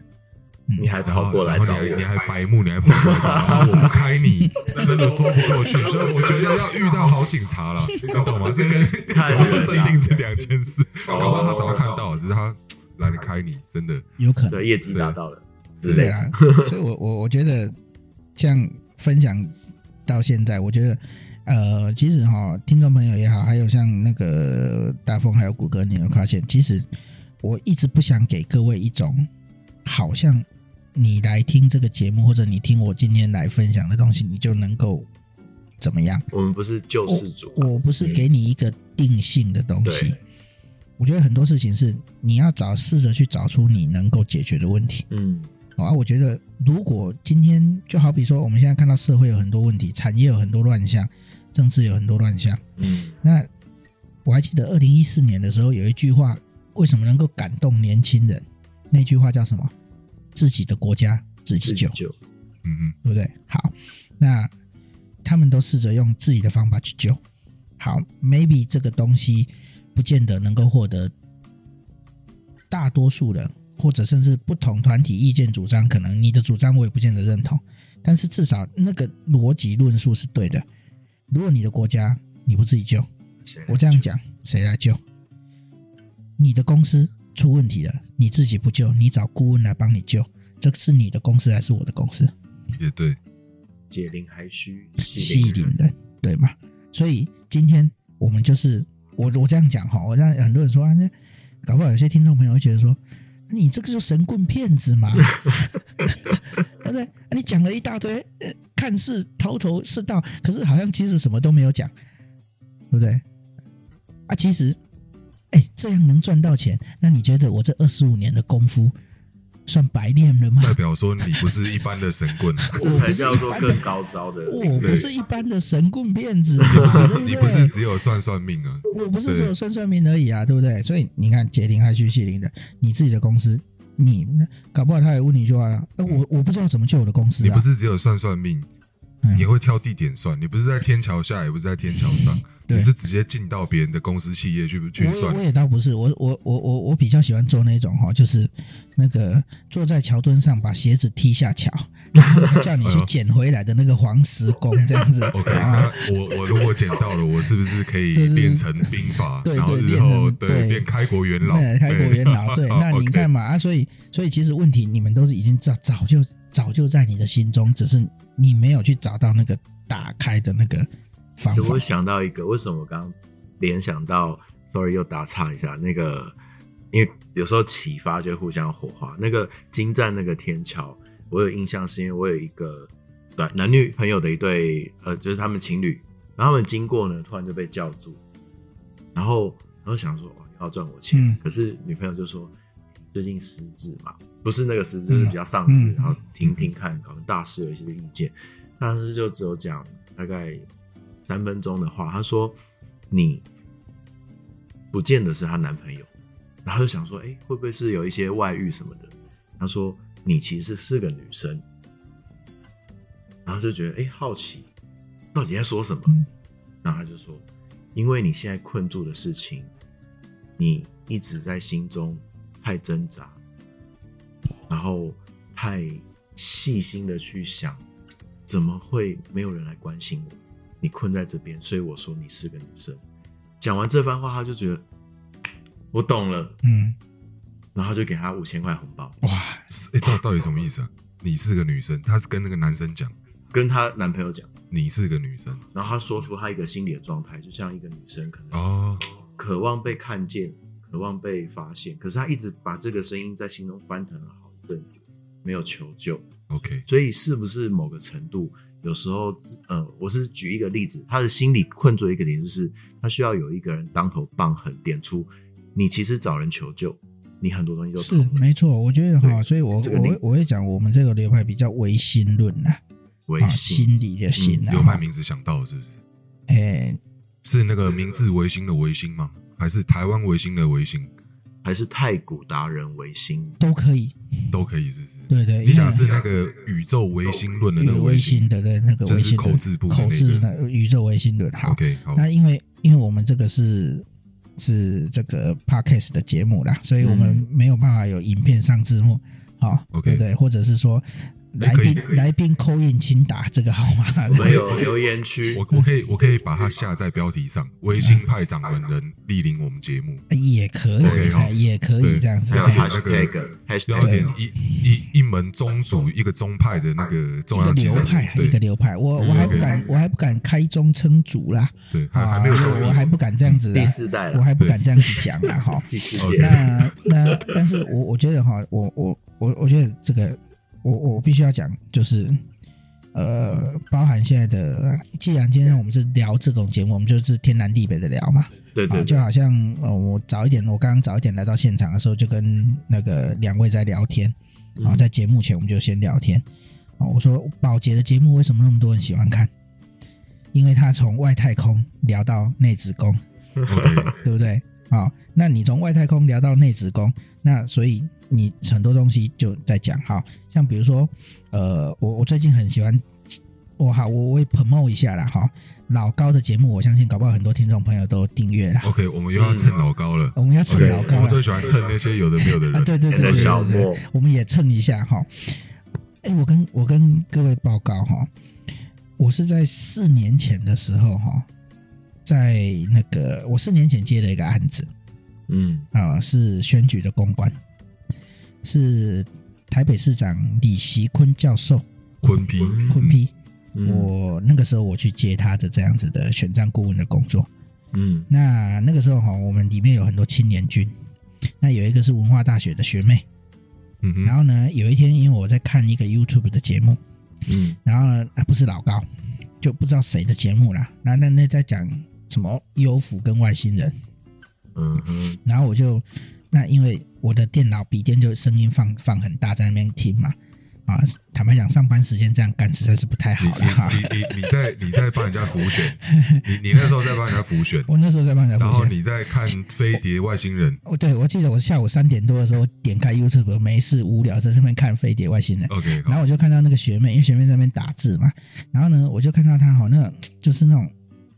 B: 你还
A: 然后
B: 跑过
A: 哦
B: 来
A: 然后
B: 找
A: 你还你
B: 我，
A: 还白目，你还跑过来找我，然后我不开 你，那真的说不过去。所以我觉得要遇到好警察 了，你懂吗？这跟
B: 看
A: 跟
B: 人哦
A: 认定是两件 事。搞
D: 搞
A: 不
D: 不
A: 好他早
D: 好他早
A: 就
D: 就
A: 看
D: 看
A: 到
D: 到
A: 了，只是他懒得开你，真的。
C: 有可能
B: 对，业绩达到了，对不
C: 对啊
B: 对？
C: 啦。所以我我我觉得这样分享到现在，我觉得呃，其实哈，听众朋友也好，还有像那个大风还有谷歌，你会发现，其实我一直不想给各位一种好像你来听这个节目，或者你听我今天来分享的东西，你就能够怎么样。
B: 我们不是救世主啊，
C: 我不是给你一个定性的东西
B: 对。
C: 我觉得很多事情是你要找试着去找出你能够解决的问题。
B: 嗯，
C: 哦啊，我觉得如果今天就好比说，我们现在看到社会有很多问题，产业有很多乱象，政治有很多乱象。
B: 嗯，
C: 那我还记得二零一四年的时候有一句话，为什么能够感动年轻人？那句话叫什么？自己的国家自己
B: 自己
C: 救，
B: 救，
A: 嗯嗯，
C: 对不对？好，那他们都试着用自己的方法去救。好，maybe 这个东西不见得能够获得大多数人，或者甚至不同团体意见主张，可能你的主张我也不见得认同，但是至少那个逻辑论述是对的。如果你的国家你不自己救，我这样讲，谁来救？你的公司出问题了，你自己不救，你找顾问来帮你救，这是你的公司还是我的公司？
A: 也对，
B: 解铃还需
C: 吸
B: 系
C: 引人，对吗？所以今天我们就是我我这样讲哈，我让很多人说啊，那搞不好有些听众朋友会觉得说，啊你这个就神棍骗子嘛， 对不对？啊你讲了一大堆，呃看似头头是道，可是好像其实什么都没有讲，对不对？啊，其实，哎，这样能赚到钱，那你觉得我这二十五年的功夫算白练了吗？
A: 代表说你不是一般的神棍，啊
B: 这
C: 哦
B: 才叫做更高招的
C: 我
B: 领
C: 哦不
B: 域。
C: 是一般的神棍骗子
A: 你不
C: 嘛，对
A: 是
C: 不
A: 你
C: 对？
A: 不是只有算算命啊。
C: 我不是只有算算命而已啊，对不对？所以你看，解铃还须系铃的，你自己的公司，你那搞不好他也问你一句话、呃我我不知道怎么救我的公司
A: 你
C: 啊
A: 不，是只有算算命，
C: 嗯
A: 你也会挑地点算。你不是在天桥下，也不是在天桥上，
C: 对哦
A: 你是直接进到别人的公司企业去去
C: 我
A: 算
C: 也我。也倒不是，我我我我我比较喜欢做那种哈，就是那个坐在桥墩上把鞋子踢下桥，然后叫你去捡回来的那个黄石公这样子
A: 哎 OK，
C: 啊
A: 那。我我如果捡到了，我是不是可以
C: 对对对
A: 练成兵法，
C: 对对
A: 然后日
C: 练
A: 后
C: 成对
A: 变开国元老？
C: 对，开国元老， 对，那你
A: OK
C: 看嘛啊，所以所以其实问题你们都是已经早早就早就在你的心中，只是你没有去找到那个打开的那个方法
B: 我。想到一个，为什么我刚联想到？Sorry，又打岔一下，那个因为有时候启发就会互相火花。那个金站那个天桥，我有印象，是因为我有一个对男女朋友的一对，呃，就是他们情侣，然后他们经过呢，突然就被叫住，然后然后想说哦要赚我钱，
C: 嗯
B: 可是女朋友就说最近失智嘛，不是那个失智，就是比较上
C: 嗯
B: 智，
C: 嗯
B: 然后听听看，可能大师有一些意见。大师就只有讲大概三分钟的话，他说你不见得是她男朋友，然后就想说，哎、会不会是有一些外遇什么的？他说你其实是个女生，然后就觉得哎、诶好奇到底在说什么，
C: 嗯
B: 然后他就说，因为你现在困住的事情，你一直在心中太挣扎，然后太细心的去想，怎么会没有人来关心我？你困在这边，所以我说你是个女生。讲完这番话，他就觉得嗯我懂了，
C: 嗯，
B: 然后他就给他五千块红包，
C: 哇，
A: 是诶到到底什么意思啊？你是个女生，她是跟那个男生讲，
B: 跟她男朋友讲，
A: 你是个女生
B: 然后他说出他一个心理的状态，就像一个女生可能
A: 哦，
B: 渴望被看见，渴望被发现，可是他一直把这个声音在心中翻腾了好一阵子，没有求救。
A: OK，
B: 所以是不是某个程度，有时候自，呃，我是举一个例子，他的心理困住一个点，就是他需要有一个人当头棒喝，点出你其实找人求救，你很多东西都
C: 是
B: 懂了
C: 没错，我觉得哈，
B: 对
C: 所以我
B: 这个
C: 我
B: 例
C: 会
B: 子
C: 我会讲我们这个流派比较唯心论呐，
B: 唯
C: 啊，
B: 心
C: 心理的心
A: 有卖
C: 啊，
A: 名字想到了是不是？
C: 哎，
A: 是那个明治维新的维新吗？还是台湾维新的维新
B: 还是太古达人唯心，
C: 都可以，
A: 都可以，是不是？
C: 对对，
A: 你
C: 因为
A: 想是那个宇宙唯心论的那
C: 有
A: 个
C: 唯
A: 唯
C: 心的对那个
A: 就
C: 唯
A: 是
C: 心论
A: 口字部的
C: 口字
A: 那
C: 的宇宙唯心论，好，
A: ？OK，好，
C: 那因为因为我们这个是是这个 podcast 的节目啦，所以我们没有办法有影片上字幕。哦
A: 嗯 OK
C: 对不对？或者是说
A: 哎
C: 来
A: 可以
C: 宾
A: 可以
C: 来宾扣印请打这个号码，
B: 我们有留言区，
A: 我我可以我可以把它下在标题上，微信派掌门人莅临我们节目，
C: 也可以哎
A: OK，好，
C: 也可以
A: 对
C: 这样子
B: 还。有
A: 可以
C: 哎
A: 那个
B: hashtag
A: 要
B: hashtag
A: 点一一一门宗族一个宗派的那个重
C: 一
A: 要
C: 个
A: 精
C: 流
A: 神
C: 派，一
A: 对
C: 个流派，我我还不敢，我还不敢开宗称祖啦，
A: 对，还
C: 啊，
A: 还没有说
C: 我还不敢这样子啊
B: 第，四代
C: 我
B: 了，
C: 还不敢这样子讲啦，哈。
B: 第四
A: OK
B: 届了，
C: 那那，但是我我觉得哈，我我我我觉得这个，我我必须要讲，就是呃，包含现在的，既然今天我们是聊这种节目，我们就是天南地北的聊嘛，
B: 对对
C: 啊，
B: 对
C: 就好像呃，我早一点，我刚刚早一点来到现场的时候，就跟那个两位在聊天，然后
B: 嗯
C: 在节目前我们就先聊天，啊，我说宝洁的节目为什么那么多人喜欢看？因为他从外太空聊到内子宫，
A: OK，
C: 对不对？好，那你从外太空聊到内子宫，那所以你很多东西就在讲，好像比如说，呃，我我最近很喜欢，我好我我也 promote 一下啦，哈，老高的节目，我相信搞不好很多听众朋友都订阅 啦，
A: OK，我们又要蹭老高了。
C: 我们要蹭
A: OK，
C: 嗯老
A: 我
C: 高
A: 们
C: 啦，
A: 最喜欢蹭那些有的没有的
C: 啊，
A: 人。
C: 对对对对
B: 那小
C: 对对
B: 莫
C: 对，我们也蹭一下哈。哎，我跟我跟各位报告哈，我是在四年前的时候哈，在那个我四年前接了一个案子，
B: 嗯
C: 啊、是选举的公关，是台北市长李习坤教授
A: 坤批，
C: 坤批。
B: 嗯
C: 我那个时候我去接他的这样子的选战顾问的工作。
B: 嗯
C: 那那个时候哈，我们里面有很多青年军，那有一个是文化大学的学妹。
A: 嗯
C: 然
A: 哼，
C: 后呢，有一天因为我在看一个 YouTube 的节目，
B: 嗯
C: 然后呢，啊、不是老高，就不知道谁的节目啦。那那那在讲什么优抚跟外星人。
B: 嗯嗯
C: 然后我就那因为我的电脑笔电就声音放放很大，在那边听嘛。啊，坦白讲，上班时间这样干实在是不太
A: 你
C: 好了哈。
A: 你你你你在你在帮人家浮选，你你那时候在帮人家浮选，
C: 我那时候在帮人家
A: 然
C: 付
A: 后
C: 钱。
A: 你在看飞碟外星 人。
C: 哦，对，我记得我下午三点多的时候，我点开 YouTube，没事无聊在上面看飞碟外星人，
A: OK，
C: 然
A: 哦好
C: 后我就看到那个学妹，因为学妹在那边打字嘛，然后呢，我就看到她哦好那个就是那种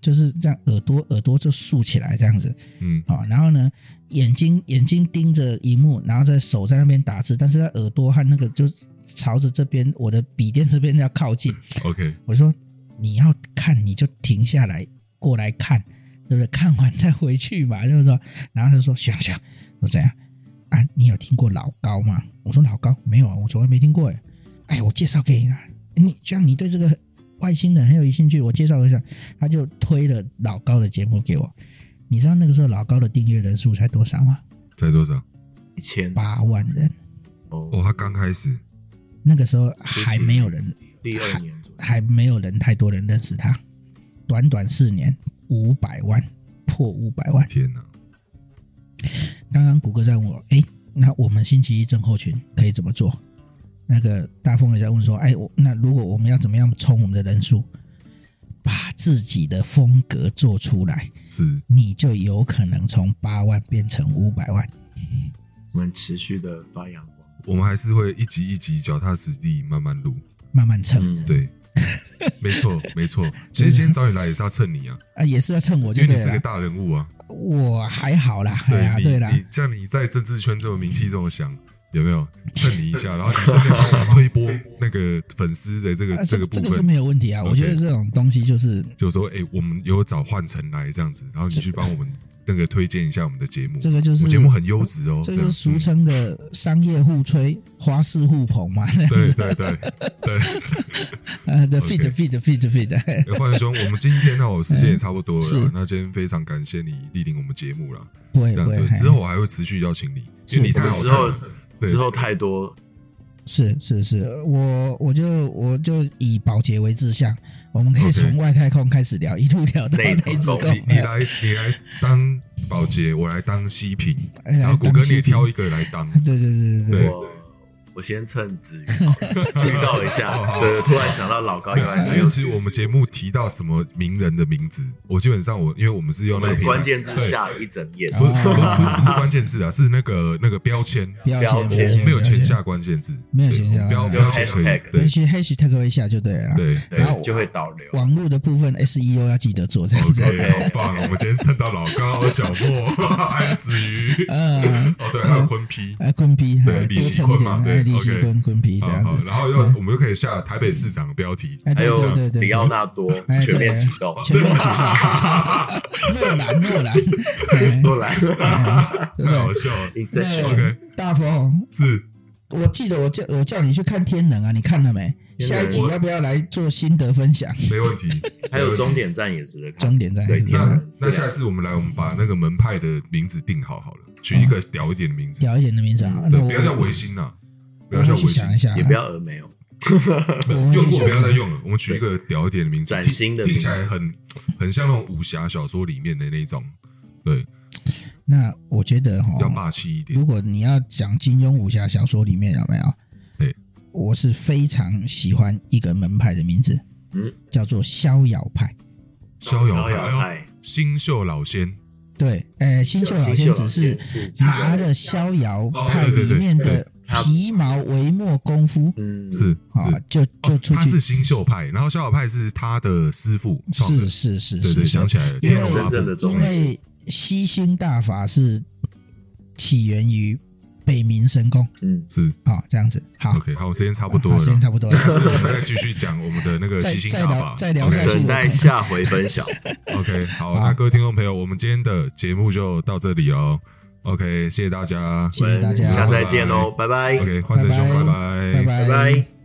C: 就是这样耳朵耳朵就竖起来这样子，
A: 嗯，
C: 哦，然后呢，眼睛眼睛盯着荧幕，然后在手在那边打字，但是他耳朵和那个就朝着这边，我的笔电这边要靠近。
A: OK，
C: 我说你要看你就停下来过来看，对不对？看完再回去嘛，就是说，然后他就说行行，我说这样啊，你有听过老高吗？我说老高没有啊，我从来没听过哎。哎，我介绍给你啊，你这样你对这个外星人很有兴趣，我介绍一下。他就推了老高的节目给我，你知道那个时候老高的订阅人数才多少吗？
A: 在多少？
B: 一千
C: 八万人。
A: 哦，
B: 哦，
A: 他刚开始，
C: 那个时候还没有人，
B: 第二年左右
C: 还没有人太多人认识他。短短四年，五百万破五百万。
A: 天哪！
C: 刚刚谷歌在问我，哎，那我们星期一症候群可以怎么做？那个大风也在问说，哎，我那如果我们要怎么样冲我们的人数，把自己的风格做出来，
A: 是
C: 你就有可能从八万变成五百万。
B: 我们持续的发扬光。
A: 我们还是会一集一集脚踏实地慢慢录。
C: 慢慢蹭、
B: 嗯，
A: 对，没错没错。其实今天找你来也是要蹭你啊，
C: 啊，也是要蹭我
A: 因
C: 就
A: 为你
C: 对
A: 是个
C: 了。
A: 大人物啊。
C: 我还好啦，哎呀，
A: 你
C: 对啦，
A: 你像你在政治圈这么名气这么响，有没有蹭你一下？然后你顺便帮我们推波那个粉丝的这个
C: 啊，这
A: 这
C: 个
A: 个
C: 这
A: 部
C: 个是
A: 分，
C: 没有问题啊。我
A: OK
C: 觉得这种东西就是
A: 就说哎，我们有找换成来这样子，然后你去帮我们那个推荐一下我们的节目。
C: 这个就
A: 我
C: 是
A: 们节目很优质哦，
C: 这
A: 样
C: 就是俗
A: 嗯
C: 称的商业互吹、花式互捧嘛。
A: 对对对对，
C: 呃，对
A: OK
C: ，feed feed feed feed，
A: 呃范兄，我们今天呢，我时间也差不多了
C: 是
A: 啦。那今天非常感谢你莅临我们节目啦。
C: 不会
A: 这样
C: 不会
A: 对，，
C: 嘿
A: 之后我还会持续邀请你，因为你
C: 是
A: 太
B: 我
A: 好
B: 们之后
A: 蹭了。对
B: 之后太多，
C: 是是是，我我就我就以保洁为志向，我们可以
A: OK
C: 从外太空开始聊，一路聊到
B: 内
C: 内
B: 子
C: 子
B: 宫
C: 宫
A: 你。你来你来当保洁，我来当西品，
C: 哎
A: 然后谷歌你也。挑
C: 来
A: 一个来当。
C: 当 对对对对对，
A: 对
B: 我我先蹭子瑜好 了预告一
A: 好
B: 下，
A: 好
B: 对，突然想到老高又来
A: 因
B: 了，
A: 为其实我们节目提到什么名人的名字，我基本上我因为我们是
B: 我
A: 用那个
B: 们
A: 平台
B: 关键字下一整夜，
A: 不是不是不是
C: 哦
A: 不是关键字啊，是那个那个标签，
C: 标
B: 标
C: 签
A: 我
B: 签
A: 我没有签，
C: 标
A: 下关键字，
C: 没有
A: 对
C: 签
A: 我
C: 下
A: 们标
C: 嗯
A: 标签所以
B: Hashtag
A: 对
C: 也许 hashtag 一下就对了啦。
A: 对。
C: 然后
B: 对，就会导流。
C: 网络的部分 SEO 要记得做这样子。
A: OK，好棒！啊我们今天蹭到老高、小莫、安子瑜，
C: 嗯
A: 哦对，还有坤批，
C: 哎，坤逼，
A: 对
C: 哎
A: 李
C: 多
A: 喜
C: 蹭一
A: 坤
C: 点，
A: 嘛
C: 哎
A: 对
C: 力气
A: OK
C: 滚滚皮嗯这
A: 好
C: 样
A: 好，
C: 子。
A: 然后又我们又可以下台北市长的标题，
C: 哎，
B: 还
C: 对对
B: 有
C: 对对，
B: 里奥纳多
C: 哎
B: 全面
C: 对
B: 启动，
C: 全部 诺兰诺兰，哎
B: 诺兰
C: 哎对不
A: 太好
C: 对？
A: 笑了。
B: Inception，
A: OK
C: 大风，
A: 是
C: 我记得我叫我叫你去看《天能》啊，你看了没？
B: 天能
C: 下一集
B: 我
C: 要不要来做心得分享？
A: 没问题，
B: 还有终点站也值得看
C: 终。点在
B: 对啊
C: 哪
B: 天
A: 那
C: 里？
B: 能
A: 那下次我们来，我们把那个门派的名字定好好了，取一个屌一点的名字，
C: 屌一点的名字啊，那
A: 对，
C: 我
A: 不要叫维新呐，不
C: 我
A: 要叫
C: 会
A: 维
C: 去
A: 新
C: 想，一下啊，
B: 也不要峨眉哦，
C: 我会
A: 用
C: 去
A: 过
C: 想
A: 不要
C: 一下
A: 再用了，我们取一个屌一点的名字，
B: 崭
A: 听
B: 新的
A: 听
B: 名
A: 起来
B: 字
A: 很很像那种武侠小说里面的那种，对，
C: 那我觉得哈，
A: 要霸气一点
C: 如。果你要讲金庸武侠小说里面有没有？
A: 对，
C: 我是非常喜欢一个门派的名字，
B: 嗯，
C: 叫做逍遥派。
A: 逍遥
B: 逍
A: 派哎
B: 遥派，
A: 新秀老仙，
C: 对，呃，新秀老仙只是
B: 是
C: 拿了逍遥派里面
A: 哦对对对
C: 的皮毛为墨功夫
B: 嗯
A: 是
C: 啊
A: 是，，
C: 就就
A: 哦
C: 出
A: 他是
C: 去，
A: 新秀派，然后逍遥派是他的师傅创的
C: 是，是是
A: 对对，
C: 是
A: 想
C: 是，
A: 起来了，
C: 因为
A: 天龙八
B: 真正
A: 部
B: 的
C: 因
B: 宗师，
C: 为吸星大法是起源于北冥神功
B: 嗯，
A: 是
C: 啊，这样子。好，
A: OK，好，时间差不多
C: 啊
A: 了，
C: 时间差不多了
A: 下次 我们再继续讲我们的那个
C: 再
A: 七星
C: 再
A: 大
C: 聊
A: 法，
C: 再聊
A: OK
C: 下去
B: 等待下回分 晓。
A: OK，好，那各位听众朋友，我们今天的节目就到这里喽。OK，谢谢大家。
C: 谢谢大家，
B: 嗯下次再见喽，拜拜，哦
A: OK，换成兄，
C: 拜拜
A: 拜
C: 拜
B: 拜
C: 拜
B: 拜。